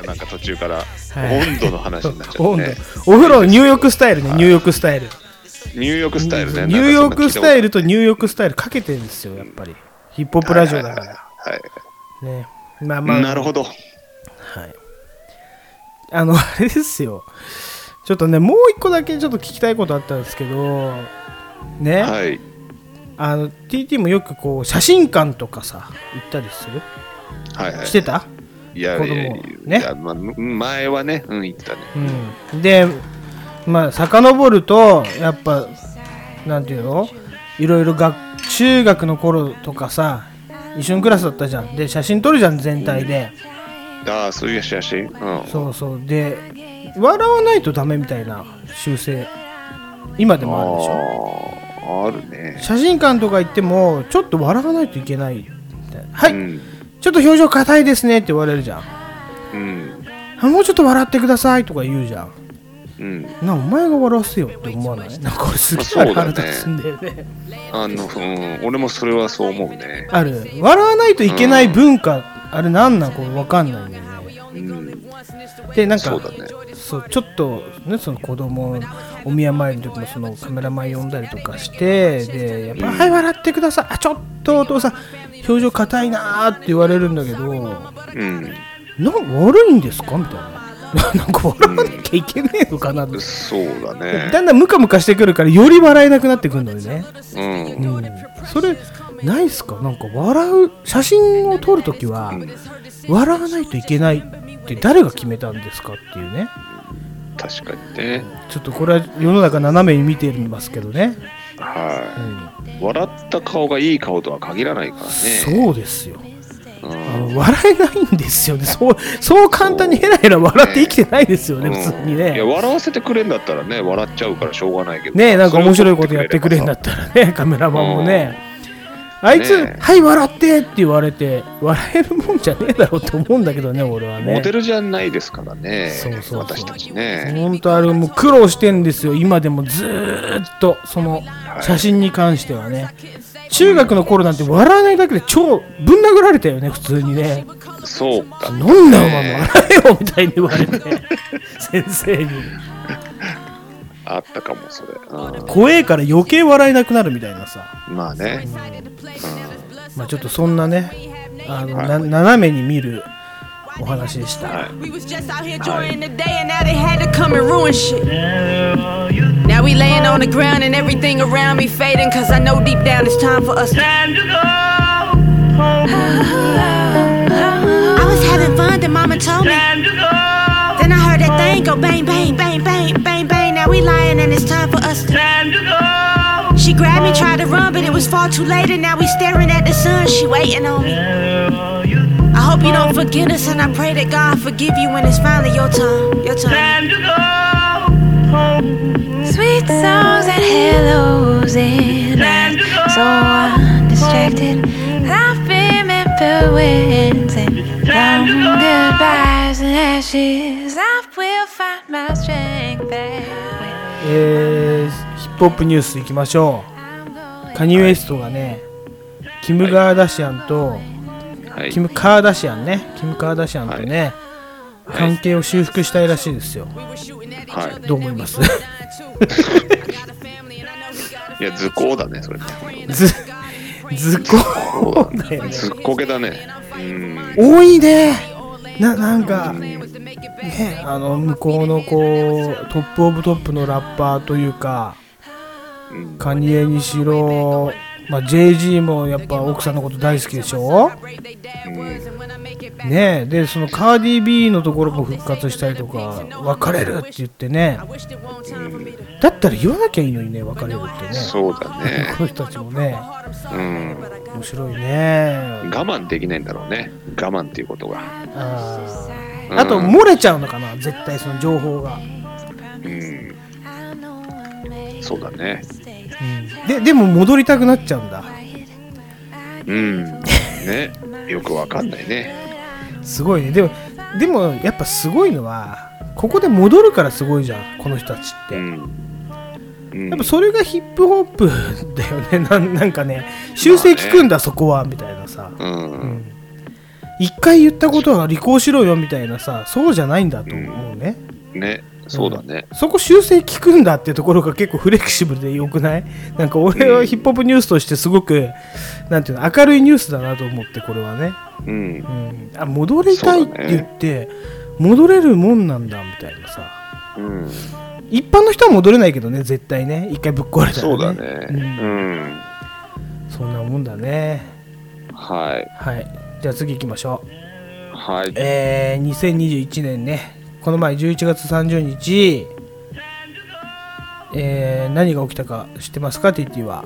C: なんか途中から
A: はい
C: 温度の話になっちゃっ
A: 温
C: て、
A: 度
C: ね、
A: お風呂入浴スタイルね入浴スタイル
C: ニューヨークスタイルね。
A: 入浴スタイ
C: ル
A: ルと入浴スタイルかけてるんですよやっぱりヒップホップラジオだから
C: はい
A: ねまあま
C: は
A: あ
C: い。なるほど。
A: はい。あの、あれですよ。ちょっとね、もう一個だけちょっと聞きたいことあったんですけど、ね、
C: はい。
A: あの TT もよくこう写真館とかさ行ったりする
C: はいはい
A: してた、
C: いや
A: 子供
C: いや
A: ね
C: いやまあうん前はねうん行ってたね
A: うん、でまあ遡るとやっぱなんていうのいろいろ学中学の頃とかさ一緒のクラスだったじゃんで写真撮るじゃん全体で、
C: ああそういう写真うん
A: そうそうで笑わないとダメみたいな習性今でもあるでしょ
C: あああるね
A: 写真館とか行ってもちょっと笑わないといけないみたいなはい、
C: うん
A: ちょっと表情硬いですねって言われるじゃん
C: うん
A: あもうちょっと笑ってくださいとか言うじゃん
C: うん
A: なお前が笑わせよって思わないなんか俺すげえ
C: そうだね
A: 腹立つんだよね
C: あの、うん、俺もそれはそう思うね
A: ある笑わないといけない文化、あれなんなんこれ分かんないんだよね
C: うん
A: でなんか
C: そうだね
A: そうちょっと、ね、その子供お宮参りの時もそのカメラマン呼んだりとかしてでやっぱ、はい笑ってくださいあちょっとお父さん表情硬いなーって言われるんだけどな
C: うん
A: 悪いんですかみたいな なんか笑わなきゃいけねえのかなって、
C: そうだ
A: だ
C: ね
A: んだんムカムカしてくるからより笑えなくなってくるのよね
C: うん
A: それないっすかなんか笑う写真を撮るときは笑わないといけないって誰が決めたんですかっていうね
C: 確かにね
A: ちょっとこれは世の中斜めに見てますけどね、う
C: は
A: ん、
C: い笑った顔がいい顔とは限らないからね
A: そうですよ
C: う
A: あの笑えないんですよねそうそう簡単にヘラヘラ笑って生きてないですよね
C: うん
A: 普通に
C: いや
A: ね
C: 笑わせてくれんだったらね笑っちゃうからしょうがないけど
A: ねえなんか面白いことやってくれんだったらねカメラマンもねあいつ
C: ね
A: 「はい笑って」って言われて笑えるもんじゃねえだろうと思うんだけどね俺はね
C: モデルじゃないですからね
A: そうそうそう
C: 私たちね
A: 本当あれもう苦労してんですよ今でもずーっとその写真に関してはね中学の頃なんて笑わないだけで超ぶん殴られたよね普通にね
C: そうか
A: 「飲んだお前笑えよ」みたいに言われ て先生に
C: あったかもそれ、う
A: 怖えから余計笑えなくなるみたいなさ
C: ん、まあね
A: まあちょっとそんなねあの、
C: はい
A: な斜めに見るお話でした、
C: はい
B: We was just out here enjoying the day, and now they had to come and ruin shit. Now we laying on the ground, and everything around me fading, cause I know deep down it's time for us to. I was having fun, then mama told me. Then I heard that thing go bang, bang, bang, bang, bang, bang. Now we lying, and it's time for us to. She grabbed me, tried to run, but it was far too late, and now we staring at the sun. She waiting on me. I hope you don't forget us, and I pray that God forgive you when it's finally your time. Your time.
I: Sweet songs and hellos in it. So undistracted. I've been filled with and long goodbyes and ashes. I will find my strength back. when
A: えーヒップホップニュースいきましょう
I: I'm going
A: カニウエストがね、キム・ガーダシアンと、
C: はい
A: キム・カーダシアンね、キム・カーダシアンとね、関係を修復したいらしいですよ。
C: はい
A: どう思います
C: いや図工だねそれね
A: ず、ずこだよね。
C: ずっこけだねうん
A: 多いね。な、なんか、ね、あの、向こうのこう、トップオブトップのラッパーというか、
C: うん
A: カニエにしろ、まあ、JG もやっぱ奥さんのこと大好きでしょねえでそのカーディー・ビーのところも復活したりとか別れるって言ってねだったら言わなきゃいいのにね別れるってね
C: そうだね
A: この人たちもね
C: うん
A: 面白いね
C: 我慢できないんだろうね我慢っていうことが
A: あ
C: うん
A: ーあと漏れちゃうのかな絶対その情報が、
C: うんそうだね
A: うん、ででも戻りたくなっちゃうんだ
C: うんねよくわかんないね
A: すごいねでもでもやっぱすごいのはここで戻るからすごいじゃんこの人たちって、
C: うん、うん
A: やっぱそれがヒップホップ だよねなんなんかね修正聞くんだ、そこはみたいなさ
C: うん
A: 一回言ったことは履行しろよみたいなさそうじゃないんだと思うね、
C: ねそうだね
A: そこ修正聞くんだってところが結構フレキシブルでよくない なんか俺はヒップホップニュースとしてすごく、なんていうの明るいニュースだなと思ってこれはね、
C: う
A: う
C: ん
A: ん、あ戻りたいって言って、戻れるもんなんだみたいなさ
C: うん
A: 一般の人は戻れないけどね絶対ね一回ぶっ壊れたら、ね、
C: そうだねう
A: うん
C: ん
A: そんなもんだね
C: はい。
A: はいじゃあ次行きましょう
C: はい。
A: えー、2021年ねこの前11月30日、えー、何が起きたか知ってますか TT は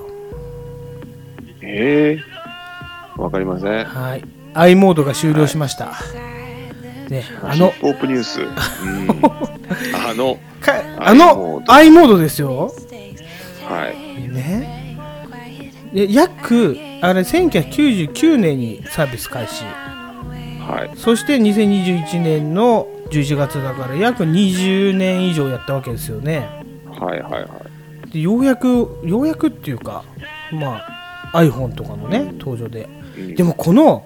C: えー、わかりません。
A: はい i モードが終了しました、ねあの
C: ヒップホップニュース。うん。あの、
A: かあ
C: i モ
A: の
C: ード
A: i モードですよ
C: はい。
A: ねで約あれ1999年にサービス開始
C: はい。
A: そして2021年の11月だから約20年以上やったわけですよね
C: はいはいはい。
A: でようやくようやくっていうかまあ iPhone とかのね登場で
C: うん
A: でもこの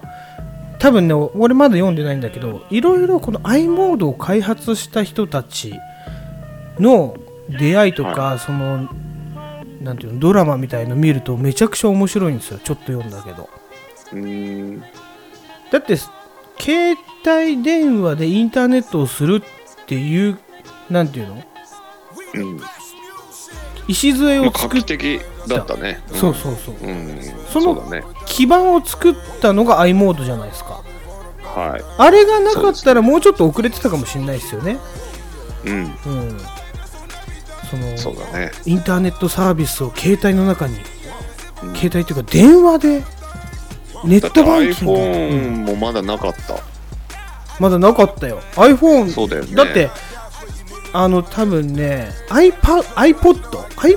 A: 多分ね俺まだ読んでないんだけどいろいろこの i モードを開発した人たちの出会いとか、そのなんていうのドラマみたいの見るとめちゃくちゃ面白いんですよちょっと読んだけど
C: うーん。
A: だって携帯電話でインターネットをするっていうなんていうの
C: うん。
A: 礎
C: まあ
A: を
C: 画
A: 作っ
C: 期的だったね。ん
A: そうそうそう
C: うん。
A: その
C: うだね。
A: 基盤を作ったのが i モードじゃないですか
C: は
A: あれがなかったらもうちょっと遅れてたかもしれないですよね
C: い。うん。
A: うんその
C: そうだね。
A: インターネットサービスを携帯の中に、携帯というか電話でネッ
C: だって
A: トバンキング、うん
C: iPhone もまだなかった。
A: まだなかったよ iPhone
C: そうだよね
A: ってあの多分ね iPad iPod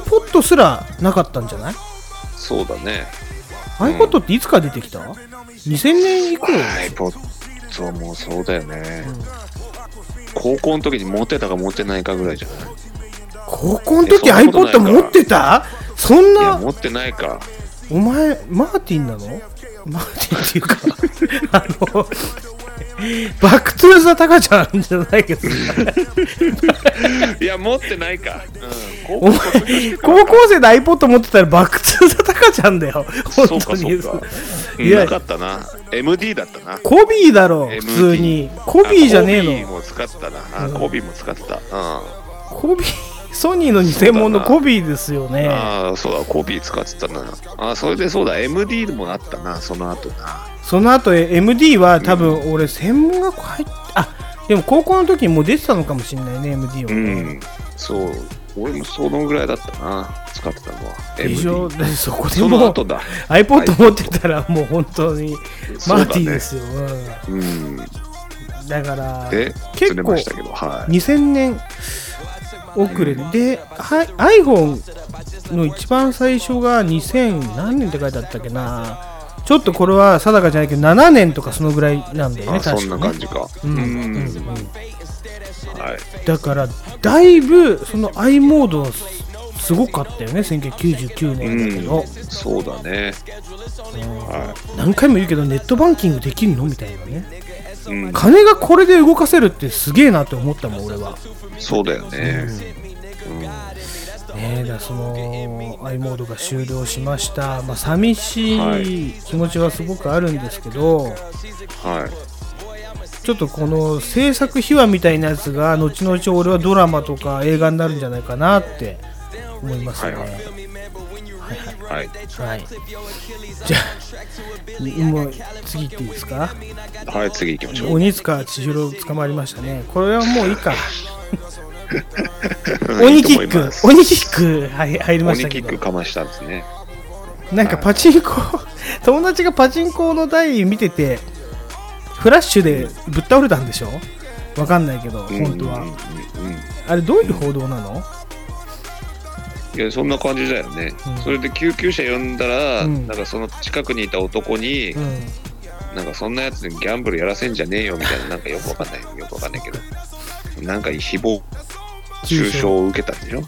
A: iPod すらなかったんじゃない、
C: そうだね。
A: iPod っていつから出てきた2000年以降
C: iPod そうもうそうだよね。高校の時に持ってたか持ってないかぐらいじゃない
A: 高校の時
C: いやそんなこと
A: iPod
C: ないから
A: 持ってたそん
C: いや、
A: な
C: 持ってないか。
A: お前マーティンなのマーティンっていうか あのバックトゥーザタカちゃんじゃないけど
C: いや、持ってないか。うん。
A: お
C: 高校
A: 前高校生で iPod 持ってたらバックトゥーザタカちゃんだよ本
C: そう
A: 当
C: か、そ
A: に
C: うか。
A: いや
C: なかったな。MD だったな。
A: コビーだろ
C: MD
A: 普通にコビーじゃね
C: あコ
A: え
C: ビー
A: の
C: も使ったな。あコビーも使ってた。うん。あ
A: コビーソニーの専門のコビーですよね
C: あ、そうだ、コビー使ってたな。あそれでそうだ、MD もあったな、その後な。
A: その後え MD は多分俺専門学校入ってあでも高校の時にもう出てたのかもしれないね MD は
C: う
A: ね
C: ん。そう。俺もそのぐらいだったな、使ってたのは。
A: でしょ
C: MD。
A: だって そこで
C: その
A: もう
C: 後だ。
A: iPod 持ってたらもう本当に
C: そ う
A: マ
C: だね
A: ーティンですよ、うん
C: うん。
A: だから
C: で、
A: 結
C: 釣
A: 構
C: れましたけど、はい。
A: 2000年遅れではい iPhone の一番最初が2000何年って書いてあったっけなちょっとこれは定かじゃないけど7年とかそのぐらいなんだよね
C: あそん
A: 確
C: な
A: か
C: 感
A: ね
C: じか。
A: う
C: うんん。
A: うんうん
C: はい。
A: だからだいぶその i モードすすごかったよね1999年だけど、
C: うん、そうだね。は
A: 何回も言うけどネットバンキングできるのみたいなね
C: い。うん、
A: 金がこれで動かせるってすげえなって思ったもん俺は
C: そうだよね。
A: ねえだからその i モードが終了しました、まあ、寂しい気持ちはすごくあるんですけど、
C: はい。
A: ちょっとこの制作秘話みたいなやつが後々俺はドラマとか映画になるんじゃないかなって思いますね
C: は
A: はいい、
C: はいはい。
A: じゃあもう次行っていいですか
C: はい、次行きましょう。
A: 鬼塚千尋捕まりましたねこれはもういいか鬼キッ
C: いいと思いま
A: ク
C: す
A: 鬼キックはい入りました
C: 鬼キ
A: け
C: ッ
A: ど
C: クかましたんですね。
A: なんかパチンコ友達がパチンコの台見ててフラッシュでぶっ倒れたんでしょわかんないけど本当
C: うんうん
A: は
C: うんうん
A: あれどういう報道なの
C: いやそんな感じだよね、
A: うん
C: それで救急車呼んだら、
A: うん
C: なんかその近くにいた男に、
A: うん
C: なんかそんなやつにギャンブルやらせんじゃねえよみたいななんかよくわかんないよくわかんないけどなんか誹謗中傷を受けたんでしょ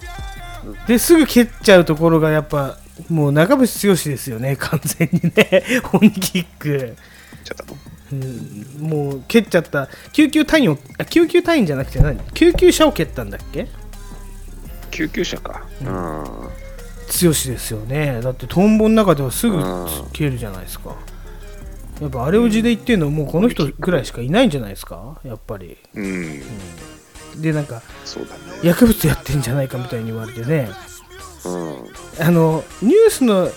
A: ですぐ蹴っちゃうところがやっぱもう中渕剛ですよね完全にね 鬼キック、
C: ちゃったの
A: うんもう蹴っちゃった救急隊員をあ救急隊員じゃなくて何救急車を蹴ったんだっけ剛
C: 救急車かうん、
A: ですよねだってトンボの中ではすぐ
C: うん
A: 蹴るじゃないですかやっぱあれを地で言ってるのはもうこの人ぐらいしかいないんじゃないですかやっぱり
C: うん、
A: でなんか
C: そうだね
A: 薬物やってんじゃないかみたいに言われてね
C: うん
A: あのニュースの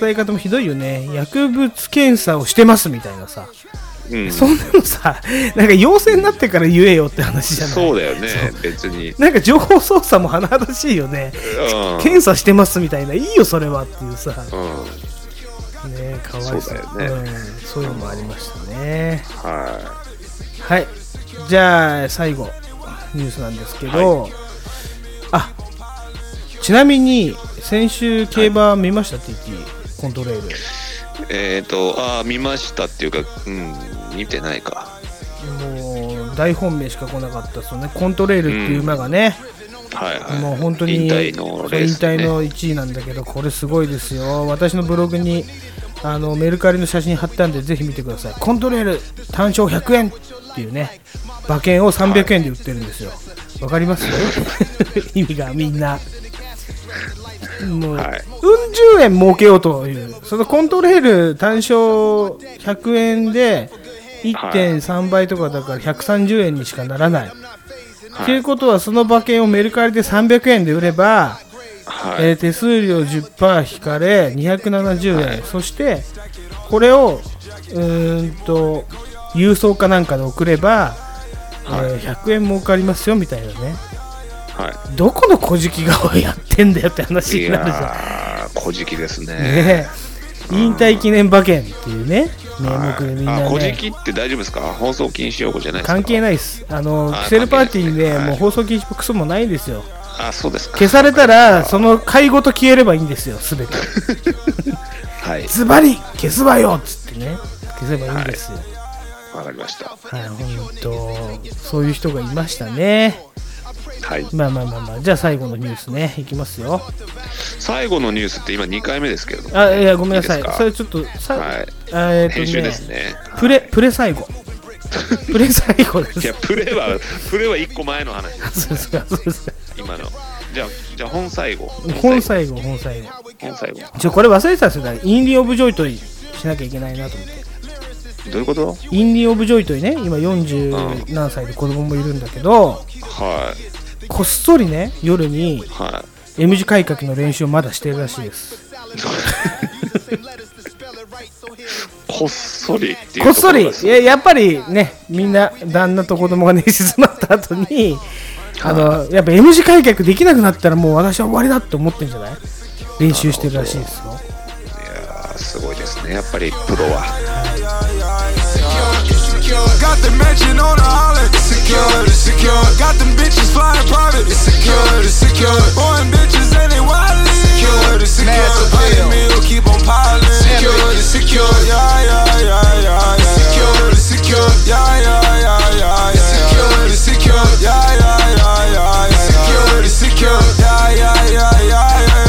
A: 伝え方もひどいよね薬物検査をしてますみたいなさ
C: うん。
A: そんなのさなんか陽性になってから言えよって話じゃない
C: そうだよね、別に。
A: なんか情報操作も甚だしいよね
C: うん。
A: 検査してますみたいないいよそれはっていうさね
C: うん。
A: かわい
C: そうだよね
A: うん、そういうのもありましたね
C: は
A: はいじゃあ最後ニュースなんですけど、あちなみに先週競馬見ました、TT コントレール
C: い。えっ、ー、と、ああ、見ましたっていうか、うん、見てないか。
A: もう大本命しか来なかったですよねコントレールっていう馬がね、
C: はいはい。
A: もう本当に
C: 引退のレース、ね。
A: 引退の1位なんだけどこれすごいですよ私のブログにあのメルカリの写真貼ったんでぜひ見てくださいコントレール単勝100円っていうね馬券を300円で売ってるんですよわかります 意味がみんなもう、
C: はい
A: うん十円儲けようというそのコントレール単勝100円で1.3倍とかだから130円にしかならない、ということはその馬券をメルカリで300円で売れば、
C: はい。
A: えー手数料10%引かれ270円、そしてこれをうーんと郵送かなんかで送れば、えー100円儲かりますよみたいなね
C: は
A: どこの小じきがをやってんだよって
C: い。
A: 話
C: い
A: になるじゃん。
C: やー、小じきですね。
A: ねえ 引退記念馬券っていうね名目でみんな、ね
C: あ、こじきって大丈夫ですか放送禁止用語じゃないですか
A: 関係
C: い。
A: ないですあの
C: あ
A: クセルパーティーに
C: 関係ない
A: ね
C: はい
A: もう放送禁止もクソもないんですよ
C: あ、そうですか。
A: 消されたらその会ごと消えればいいんですよすべて
C: はい。
A: ズバリ消すわよっつってね消せばいいんですよ
C: わかりました。
A: はい本当そういう人がいましたね
C: はい。
A: まあまあまあまあじゃあ最後のニュースねいきますよ
C: 最後のニュースって今2回目ですけれども。
A: あいやごめんなさい
C: いいですか
A: それちょっとさ、
C: は
A: あ
C: い
A: えーとね
C: 編集ですね。
A: プレプレ最 後プレ最後です
C: いや、プレーは、プレーは1個前の話です、
A: そうですかそうですか
C: 今の。じゃあ、じゃあ本最後。
A: 本最後本最後
C: 本最後。
A: ちょこれ忘れてたんですよだからインディ・オブ・ジョイトイしなきゃいけないなと思って
C: どういうこと
A: インディ・オブ・ジョイトイね今40何歳で子供もいるんだけど
C: はい。
A: こっそりね夜に
C: は
A: M 字改革の練習をまだしてるらしいです
C: い。こっそりっていう
A: こっそり
C: とろです
A: いややっぱりねみんな旦那と子供が寝静まった後にあのやっぱ M 字改革できなくなったらもう私は終わりだって思ってんじゃない練習してるらしいですよ
C: あすごいですね。やっぱりプロは。
H: Got the mansion on the island. It's secure, it's secure. Got them bitches flying private. It's secure, it's secure. Boy, bitches and they wildin'. Secure, it's secure. Hundred mil keep on piling. Secure, it's secure. Yeah, yeah, yeah, yeah, yeah. Secure, it's secure. Yeah, yeah, yeah, yeah, yeah. Secure, it's secure. Yeah, yeah, yeah, yeah, yeah. Secure, it's secure. Yeah, yeah, yeah, yeah, yeah,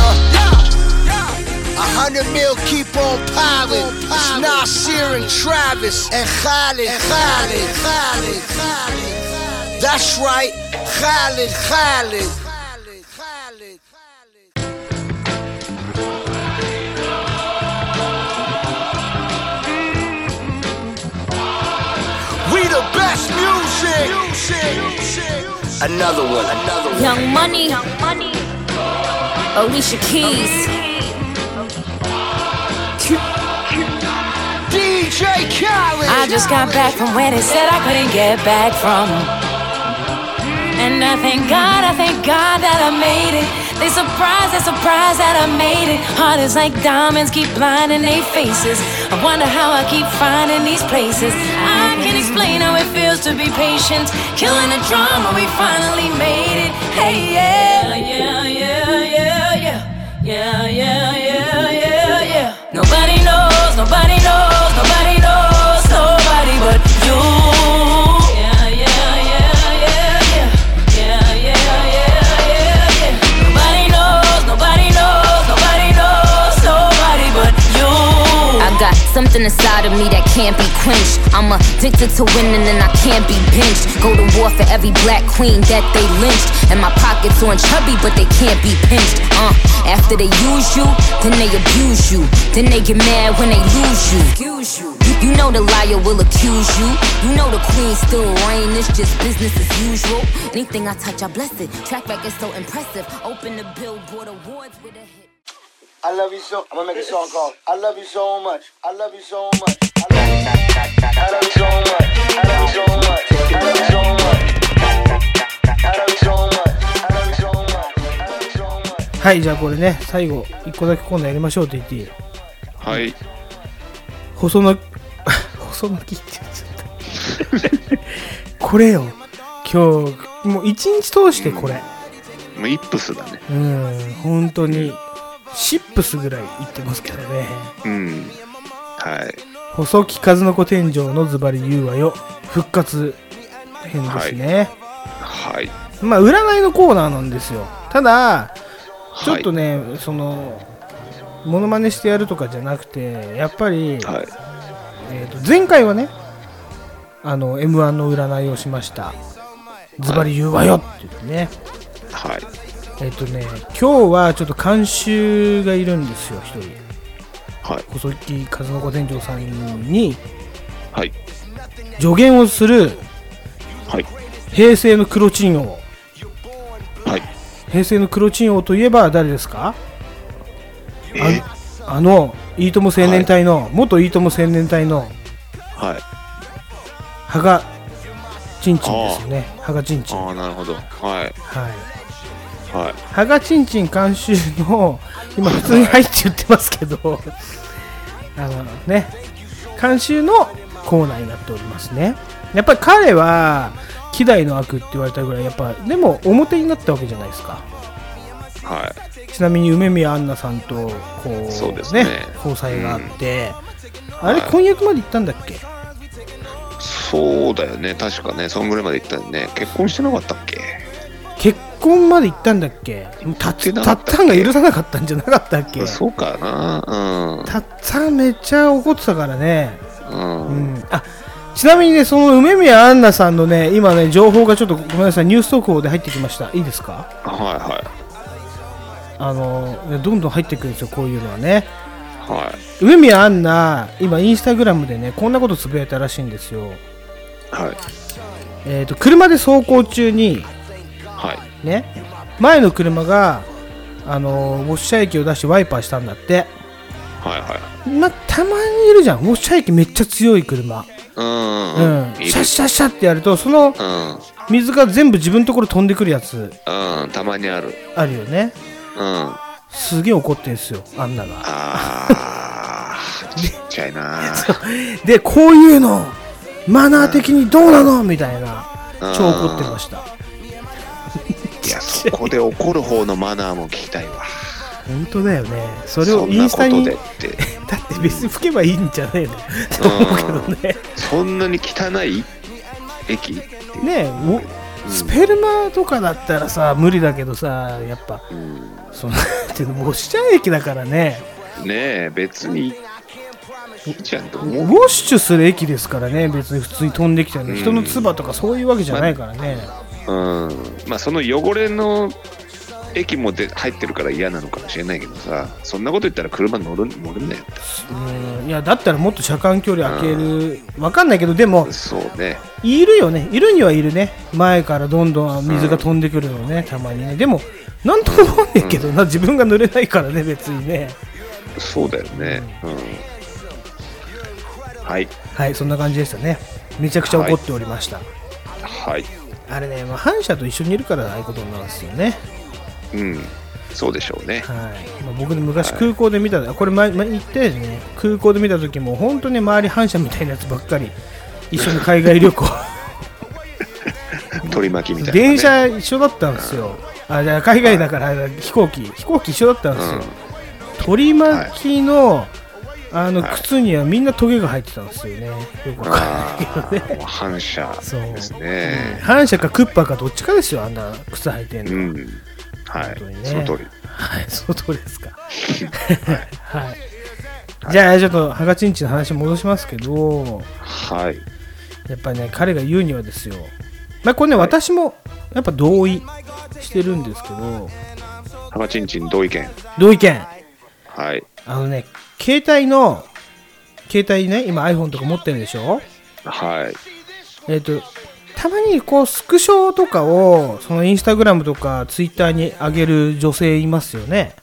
H: yeah. A hundred mil keep on piling. It's Nasir and Travis and Khalid, Khalid, Khalid, Khalid. That's right, Khalid, Khalid. Khalid, Khalid, Khalid. We the best music. Another one, another one.
B: Young Money, Young Money, Alicia Keys,
H: DJ Khaled.
B: I just got back from where they said I couldn't get back from. And I thank God, I thank God that I made it. They surprised, they surprised that I made it. Heart is like diamonds, keep blinding their faces. I wonder how I keep finding these places. I can't explain how it feels to be patient. Killing the drama, we finally made it. Hey, yeah, yeah, yeah, yeah, yeah. Yeah, yeah, yeah, yeah, yeah. Nobody knows, nobody knows, nobody knows, nobody but you. Yeah, yeah, yeah, yeah, yeah. Yeah, yeah, yeah, yeah, yeah. Nobody knows, nobody knows, nobody knows, nobody but you.
J: I got something inside of me that can't be quenched. I'm addicted to winning and I can't be benched. Go to war for every black queen that they lynched. And my pockets on chubby, but they can't be pinched. Uh, after they use you, then they abuse you. Then they get mad when they lose you. You know the liar will accuse you. You know the queen still reign. It's just business as usual. Anything I touch, I bless it. Track record so impressive. Open the billboard awards with a hit.
K: I love you so. I'm gonna make a song called I love you so much. I love you so much. I love you so much. I love you so much. I love you so much. I love you so much. I love you so much.
A: はいじゃあこれね最後一個だけ今度やりましょうと言っていい
C: はい。
A: 細の 細の木って言っちゃったこれよ今日もう一日通してこれ
C: もうイップスだね。
A: うん本当にシップスぐらい言ってますけどね
C: うん。はい。
A: 細木数の子天井のズバリ言うわよ復活編ですね
C: はい。
A: まあ占いのコーナーなんですよただちょっとね、そのモノマネしてやるとかじゃなくてやっぱり、えー、と前回はねあの m 1の占いをしましたズバリ言うわよって言ってね
C: はい。
A: えっ、とね今日はちょっと監修がいるんですよ一人
C: はい
A: 細木数の子店長さんに
C: はい。
A: 助言をする、
C: はい
A: 平成の黒チン王
C: はい。
A: 平成の黒チン王といえば誰ですか
C: え
A: あのいいとも青年隊の、元いいとも青年隊の
C: はい。
A: 羽賀ちんちんですよね羽賀ちんちん
C: ああ、なるほど。はい。
A: はい。
C: はい。
A: 羽賀ちんちん監修の 今普通に「はい」って言ってますけど あのね監修のコーナーになっておりますねやっぱり彼は希代の悪って言われたぐらいやっぱでも表になったわけじゃないですか
C: は
A: ちなみに梅宮アンナさんとこう
C: そうですね
A: 交際があって、あれ婚約まで行ったんだっけ
C: い。そうだよね。確かね、そんぐらいまで行ったよね。結婚してなかったっけ
A: 結婚まで行ったんだっけもうたっ
C: な
A: たったんが許さなかったんじゃなかったっけ
C: そうかな。
A: たっちゃんめっちゃ怒ってたからね、
C: うん。う。
A: うんん、あちなみにねその梅宮アンナさんのね今ね情報がちょっとごめんなさいニュース速報で入ってきましたいいですか
C: はいはい。
A: あのねどんどん入ってくるんですよこういうのはね
C: はい。
A: 梅宮アンナ今インスタグラムでねこんなことつぶやいたらしいんですよ
C: はい。
A: えー、と車で走行中に
C: はい。
A: ね前の車があのーウォッシャー液を出してワイパーしたんだって
C: はいはい。
A: まあたまにいるじゃんウォッシャー液めっちゃ強い車
C: うん
A: う
C: うん
A: ん
C: うん。いる
A: シャッシャッシャッってやるとその
C: う
A: 水が全部自分のところ飛んでくるやつ
C: ん。うん。たまにある。
A: あるよね
C: うん。あ
A: すげえ怒ってんすよあんなが
C: あ ー。ちっちゃいな。
A: でこういうのマナー的にどうなのみたいな
C: うん
A: 超怒ってました
C: いや、そこで怒る方のマナーも聞きたいわ。
A: 本当だよねそれ
C: そ
A: を
C: ん
A: イン
C: な
A: ス
C: こ
A: タ
C: と
A: に
C: で
A: だ
C: って。
A: って別に吹けばいいんじゃねえのと思うけどね
C: そんなに汚い駅
A: ねえおスペルマとかだったらさ無理だけどさやっぱ、そのなんていうのウォッシャー液だからね
C: ねえ、別にいいじゃんと
A: ウ
C: 思う。
A: ォッシュする液ですからね別に普通に飛んできたね、
C: うん
A: 人の唾とかそういうわけじゃないからね、
C: うん。まあ、その汚れの駅もで入ってるから嫌なのかもしれないけどさ、そんなこと言ったら車乗る乗るんだよ。
A: うんいやだったらもっと車間距離開けるわかんないけどでも
C: そうね。
A: いるよねいるにはいるね前からどんどん水が飛んでくるのね、たまにねでもなんとも思わねえけどな、自分が濡れないからね別にね
C: そうだよね。うん。はい。
A: はいそんな感じでしたねめちゃくちゃ怒っておりました、
C: はい。
A: あれね、まあ、反社と一緒にいるからああいうことになるんですよね、
C: うん。そうでしょうね。
A: はいまあ、僕ね昔空港で見た、これ前前言ったよね空港で見た時も本当に周り反社みたいなやつばっかり一緒に海外旅行
C: 取り巻きみたいな、ね。
A: 電車一緒だったんですよあじゃあ海外だから、飛行機飛行機一緒だったんですよ、取り巻きの、あの靴にはみんなトゲが入ってたんですよねよくわかんないけどね
C: もう反射ですね。
A: 反社かクッパかどっちかですよあんな靴履いてんの、
C: うん。はい。
A: ね
C: その通り。
A: はい、その通りですか。はい。じゃあ、ちょっと、ハガチンチの話戻しますけど、
C: はい。
A: やっぱりね、彼が言うにはですよ。まあ、これね、私も、やっぱ同意してるんですけど、
C: ハマチンチン同意見。
A: 同意見。
C: はい。
A: あのね、携帯の、携帯ね、今 iPhone とか持ってるでしょ
C: はい。
A: えっ、と、たまにこう、スクショとかを、そのインスタグラムとかツイッターに上げる女性いますよね。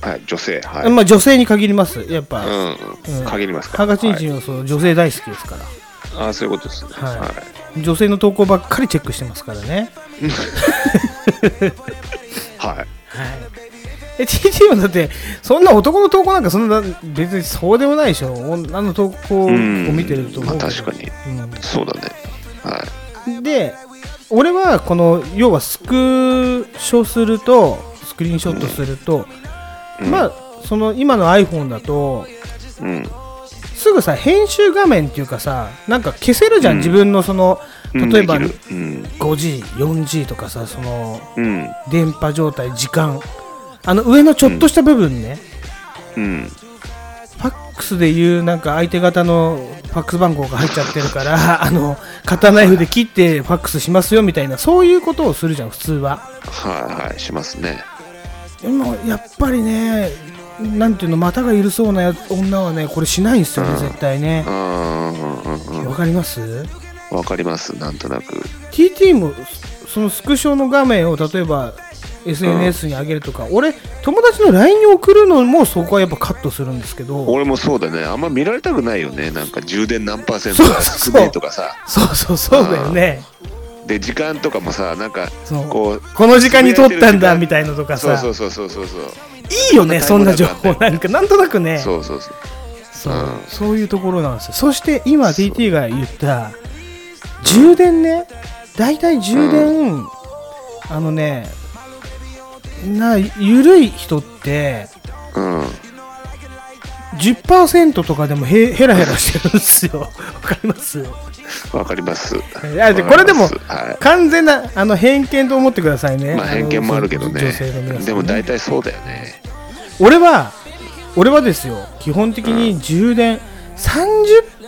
C: はい、女性、はい。
A: まあ女性に限りますやっぱ、
C: うん
A: うん
C: 限りますか
A: ハガチンチンはそう、女性大好きですから
C: ああ、そういうことですね。
A: はい
C: は
A: 女性の投稿ばっかりチェックしてますからね
C: はい
A: え TT はだってそんな男の投稿なんかそんな別にそうでもないでしょ女の投稿を
C: うん
A: 見てると思うけど、
C: まあ確かに
A: うん
C: い。そうだね。はい。
A: で俺はこの要はスクショするとスクリーンショットすると、まあその今の iPhone だと
C: うん。
A: すぐさ編集画面っていうかさなんか消せるじゃん、
C: うん
A: 自分のその
C: うん
A: 例えば
C: できるうん
A: 5G、4G とかさその
C: うん。
A: 電波状態時間あの上のちょっとした部分ね、
C: うん。
A: ファックスでいうなんか相手方のファックス番号が入っちゃってるからあの型ナイフで切ってファックスしますよみたいなそういうことをするじゃん普通は。
C: はいはい、しますね。
A: でもやっぱりね、なんていうの、股が緩そうなやつ女はね、これしないんですよね、絶対ね
C: う。んうんうんうん。
A: わかります
C: わかります、なんとなく。
A: ?TT もそのスクショの画面を例えば SNS に上げるとか、俺、友達の LINE に送るのもそこはやっぱカットするんですけど、
C: 俺もそうだね。あんま見られたくないよね。なんか充電何パーセントが少ないとかさ。
A: そうそうそうだよね。
C: で、時間とかもさ、なんか
A: そう、
C: こう。
A: この時間に撮ったんだみたいなとか
C: そう
A: さ、
C: そうそうそうそうそう。
A: いいよね、そんな情報なんか、なんとなくね。
C: そうそうそう。
A: そうそういうところなんですよそして今 TT が言った充電ね大体充電、あのねなゆるい人って
C: うん。
A: 10%とかでもへヘラヘラしてるんですよ わかります
C: わかります。
A: いやでこれでも
C: わかりますはい。
A: 完全なあの偏見と思ってくださいね、
C: まあ偏見もあるけどね
A: の女性の皆さんね
C: でも大体そうだよね
A: 俺は俺はですよ基本的に充電、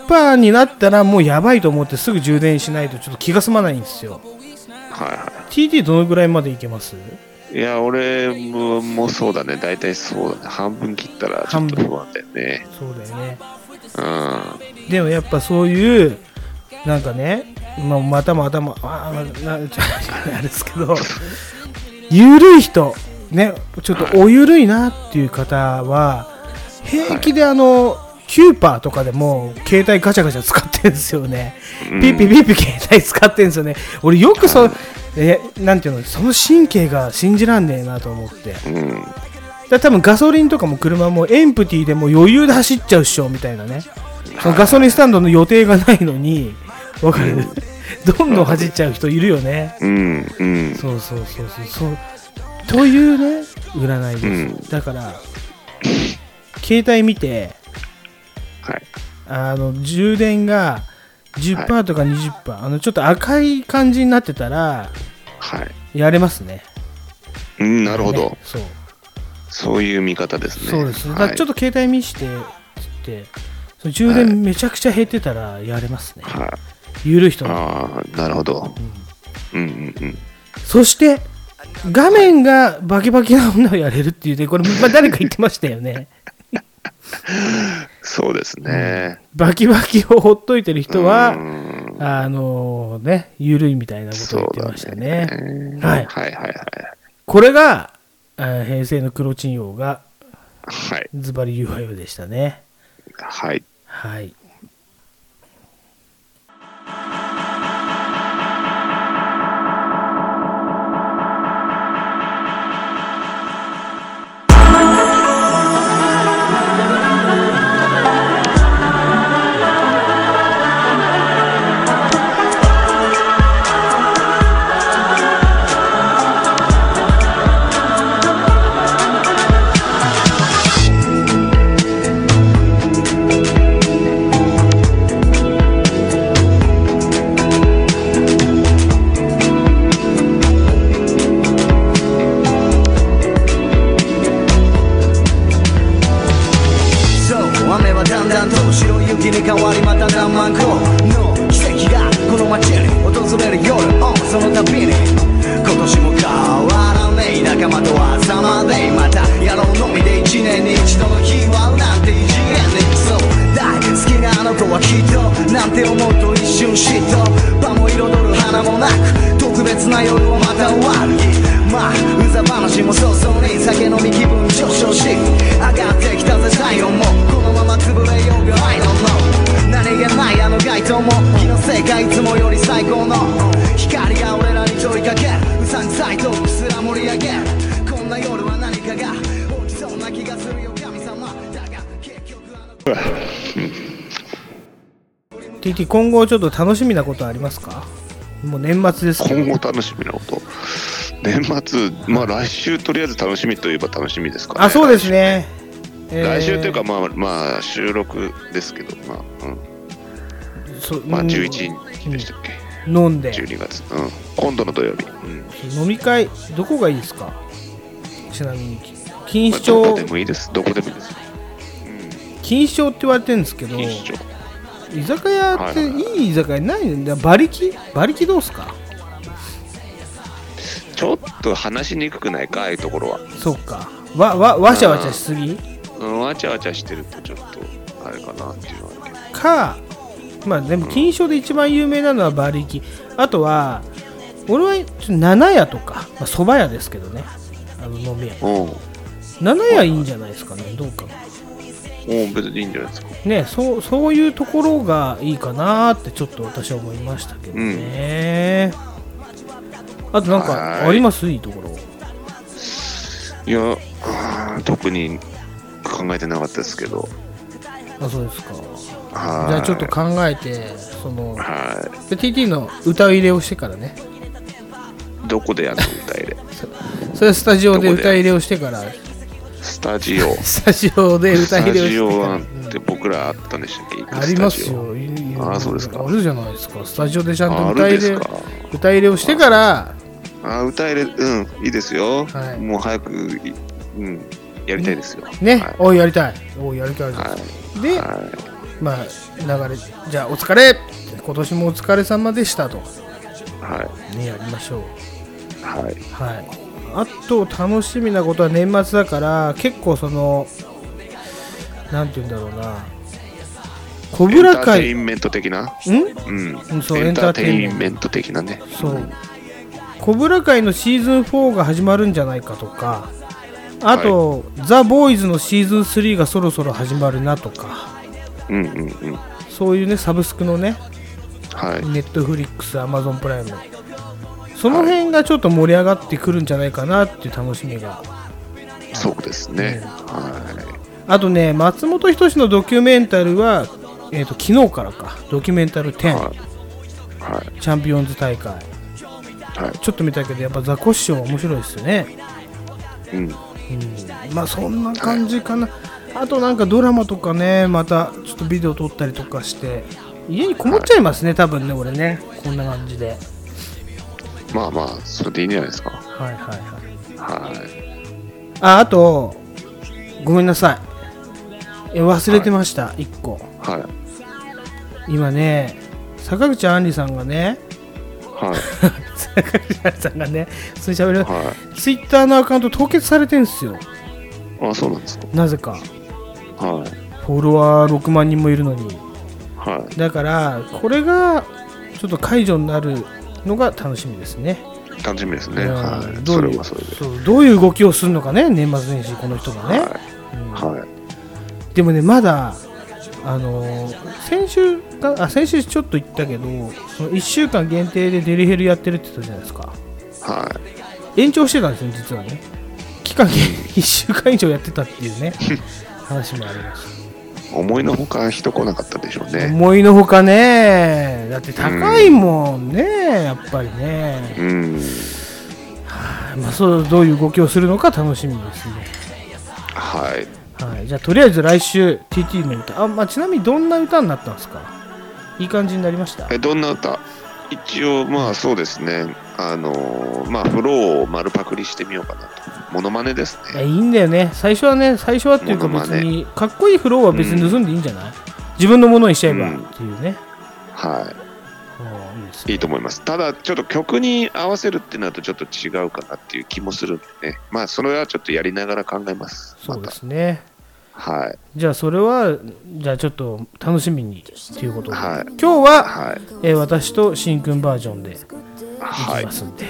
A: 30%になったらもうやばいと思ってすぐ充電しないとちょっと気が済まないんですよ
C: はいは
A: TT どのぐらいまでいけます
C: いいや俺ももうそうだね大体そうだね半分切ったらちょっと不安だよね
A: そうだよね
C: うん
A: でもやっぱそういうなんかね、まあ、またも頭あーなあれですけどゆるい人ねちょっとおゆるいなっていう方は平気であの、キューパーとかでも携帯ガチャガチャ使ってるんですよね、
C: うん
A: ピッピピッピ携帯使ってるんですよね俺よくそ、えなんていうのその神経が信じらんねえなと思って
C: うん
A: だ多分ガソリンとかも車もエンプティでも余裕で走っちゃうっしょみたいなね、そのガソリンスタンドの予定がないのにわかる、どんどん走っちゃう人いるよね、
C: うんうん
A: そうそうそうそうそうというね占いです、
C: うん
A: だから携帯見て
C: はい
A: あの充電が10%とか20%、あのちょっと赤い感じになってたら
C: はい
A: やれますね
C: うんなるほど、
A: ねそう
C: そういう見方ですね
A: そうですね、
C: は
A: だ
C: い
A: からちょっと携帯見してつってその充電めちゃくちゃ減ってたらやれますね、
C: はい
A: ゆるい人の
C: ああなるほど、うん、うんうん
A: そして画面がバキバキな女をやれるっていうねこれ、まあ、誰か言ってましたよ ね
C: そうですね、
A: バキバキをほっといてる人は、
C: うん
A: あのねゆるいみたいなことを言ってましたねはい
C: はいはいはい
A: これがあー平成の黒チン王が
C: はい
A: ズバリ UIO でしたね
C: はい
A: はい
L: そう雨はだんだんと白い雪に変わりまた何万個の奇跡がこの街に訪れる夜をその度に今年も変わらねえ仲間と朝までまたやろうのみで一年に一度の日はなんて異次元にそうだ好きなあの子はきっとなんて思うと一瞬嫉妬場も彩る花もなく特別な夜をまた終わるまあうざ話も早々に酒飲み気分上昇しがいつもより最高の光が俺らに問いかけるうさんくさいトークすら盛り上げるこんな夜は何かが起きそうな気がするよ神様だが結局
A: TT 今後ちょっと楽しみなことありますかもう年末です
C: 今後楽しみなこと年末まあ来週とりあえず楽しみといえば楽しみですか、ね、
A: あそうですねえー
C: 来週というかまあまあ収録ですけどまあうん
A: そ
C: まあ
A: うん
C: 11日でしたっけ、
A: 飲んで
C: 12月、うん、今度の土曜日、うん、
A: 飲み会どこがいいですかちなみに錦糸
C: どこ
A: 町
C: でもいいですどこでもいいです
A: 錦糸町って言われてるんですけど居酒屋っていい居酒屋ないんだ馬力馬力どうっすか
C: ちょっと話しにくくないかああいうところは、
A: そうかわわわしゃわしゃしすぎ
C: うん、わちゃわちゃしてるとちょっとあれかなっていうのはあるけど
A: かまあでも金賞で一番有名なのは馬力あとは俺はちょっと七屋とかまあそば、屋ですけどねあの飲み屋七屋いいんじゃないですかねどうかな
C: もう別にいいんじゃないですか
A: ねそうそういうところがいいかなってちょっと私は思いましたけどね、あとなんかありますいいところ
C: いやうーん特に考えてなかったですけど
A: あそうですか
C: はい
A: じゃあちょっと考えてその
C: は
A: で TT の歌入れをしてからね
C: いどこでやるの歌入れ
A: それはスタジオで歌入れをしてから
C: スタジオ
A: スタジオで 歌入れを
C: スタジ
A: し
C: オ
A: てか
C: は
A: ら
C: って僕らあったんでしたっけ行く
A: ありますよ
C: スタジオああそうですか
A: あるじゃないですかスタジオでちゃんと
C: あ
A: 歌
C: る
A: 入
C: で
A: れ
C: すか
A: 歌入れをしてから
C: ああ歌入れうんいいですよ、
A: はい
C: もう早くいうんやりたいですよ
A: ね、おいやりたいおいやりたいです、で、まあ流れじゃあお疲れ今年もお疲れ様でしたと
C: はい
A: ねやりましょう
C: はい
A: はいあと楽しみなことは年末だから結構そのなんて言うんだろうな小
C: エン
A: 倉
C: ターテイ
A: 会
C: ンメント的なうん
A: うんそう
C: エンターテイ
A: エンターテイン
C: ンメント的なね
A: そう小倉会のシーズン4が始まるんじゃないかとかあと、ザ・ボーイズのシーズン3がそろそろ始まるなとか
C: うんうんうん
A: そういうねサブスクのね
C: はい
A: ネットフリックス、アマゾンプライム、その辺がちょっと盛り上がってくるんじゃないかなっていう楽しみが、
C: そうですね、はい
A: あとね、松本人志のドキュメンタルは、えー、と昨日からか、ドキュメンタル10、チャンピオンズ大会、ちょっと見たけど、やっぱザコシショウは面白いですよね、
C: うん
A: まあそんな感じかな、あとなんかドラマとかね、またちょっとビデオ撮ったりとかして、家にこもっちゃいますね、多分ね、俺ね、こんな感じで。
C: まあまあそれでいいんじゃないですか
A: はいはいはい
C: はい
A: ああとごめんなさいえ忘れてました、1個
C: はい
A: 今ね坂口杏里さんがね
C: はい
A: 坂口杏里さんがねそれ喋る、ツイッターのアカウント凍結されてんすよ
C: あそうなんですか
A: なぜか
C: はい
A: フォロワー6万人もいるのに
C: は
A: だからこれがちょっと解除になるのが楽しみですね
C: い楽しみですね
A: うん
C: はい
A: どう
C: そ
A: いう
C: れはそれで
A: そうどういう動きをするのかね年末年始この人がね、
C: はい
A: でもね、まだ、あのー先週かあ、先週ちょっと言ったけど、その1週間限定でデリヘルやってるって言ったじゃないですか。はい。延長してたんですよ、実はね。期間限 1週間以上やってたっていうね、話もありまし
C: 思いのほか人来なかったでしょう
A: た。
C: ね
A: 思いのほかね、だって高いもんね、やっぱりね。
C: うん
A: まあ、そう、どういう動きをするのか楽しみですね。
C: はい
A: はい、じゃあ、とりあえず来週、TT の歌。あ、まあ、ちなみにどんな歌になったんですかいい感じになりました
C: えどんな歌一応まあそうですねあのーまあフローを丸パクリしてみようかなとモノマネですね
A: いやいいんだよね最初はね最初はっていうか
C: モ
A: 別
C: ノマネ
A: にかっこいいフローは別に盗んでいいんじゃない、自分のものにしちゃえばっていうね、はい
C: いいと思いますただちょっと曲に合わせるってなるとちょっと違うかなっていう気もするんでねまあそれはちょっとやりながら考えます
A: そうですね
C: はい
A: じゃあそれはじゃあちょっと楽しみにっていうことで、今日は、えー私としんくんバージョンでいきますんで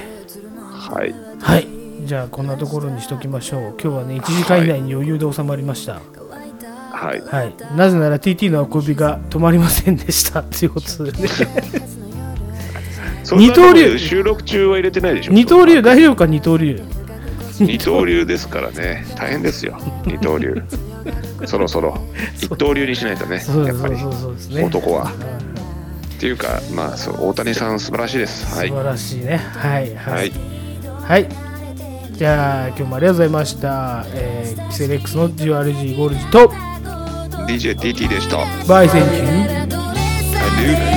C: はい、
A: はい、じゃあこんなところにしときましょう今日はね1時間以内に余裕で収まりました、
C: はい
A: はい、なぜなら TT の運びが止まりませんでしたということでね
C: そんなと
A: 二
C: こ
A: 刀流
C: 収録中は入れてないでしょ
A: 二刀流大丈夫か二刀流
C: 二刀流ですからね大変ですよ二刀流 そろそろ一刀流にしないとね
A: そう
C: やっぱり
A: そうそうそうですね
C: 男はっていうかまあそう大谷さん素晴らしいですはい
A: 素晴らしいねはいはい
C: はい
A: はいじゃあ今日もありがとうございました、えー、キセレックスの GRG ゴールジと
C: DJTT でした
A: バイセンキュー
C: I do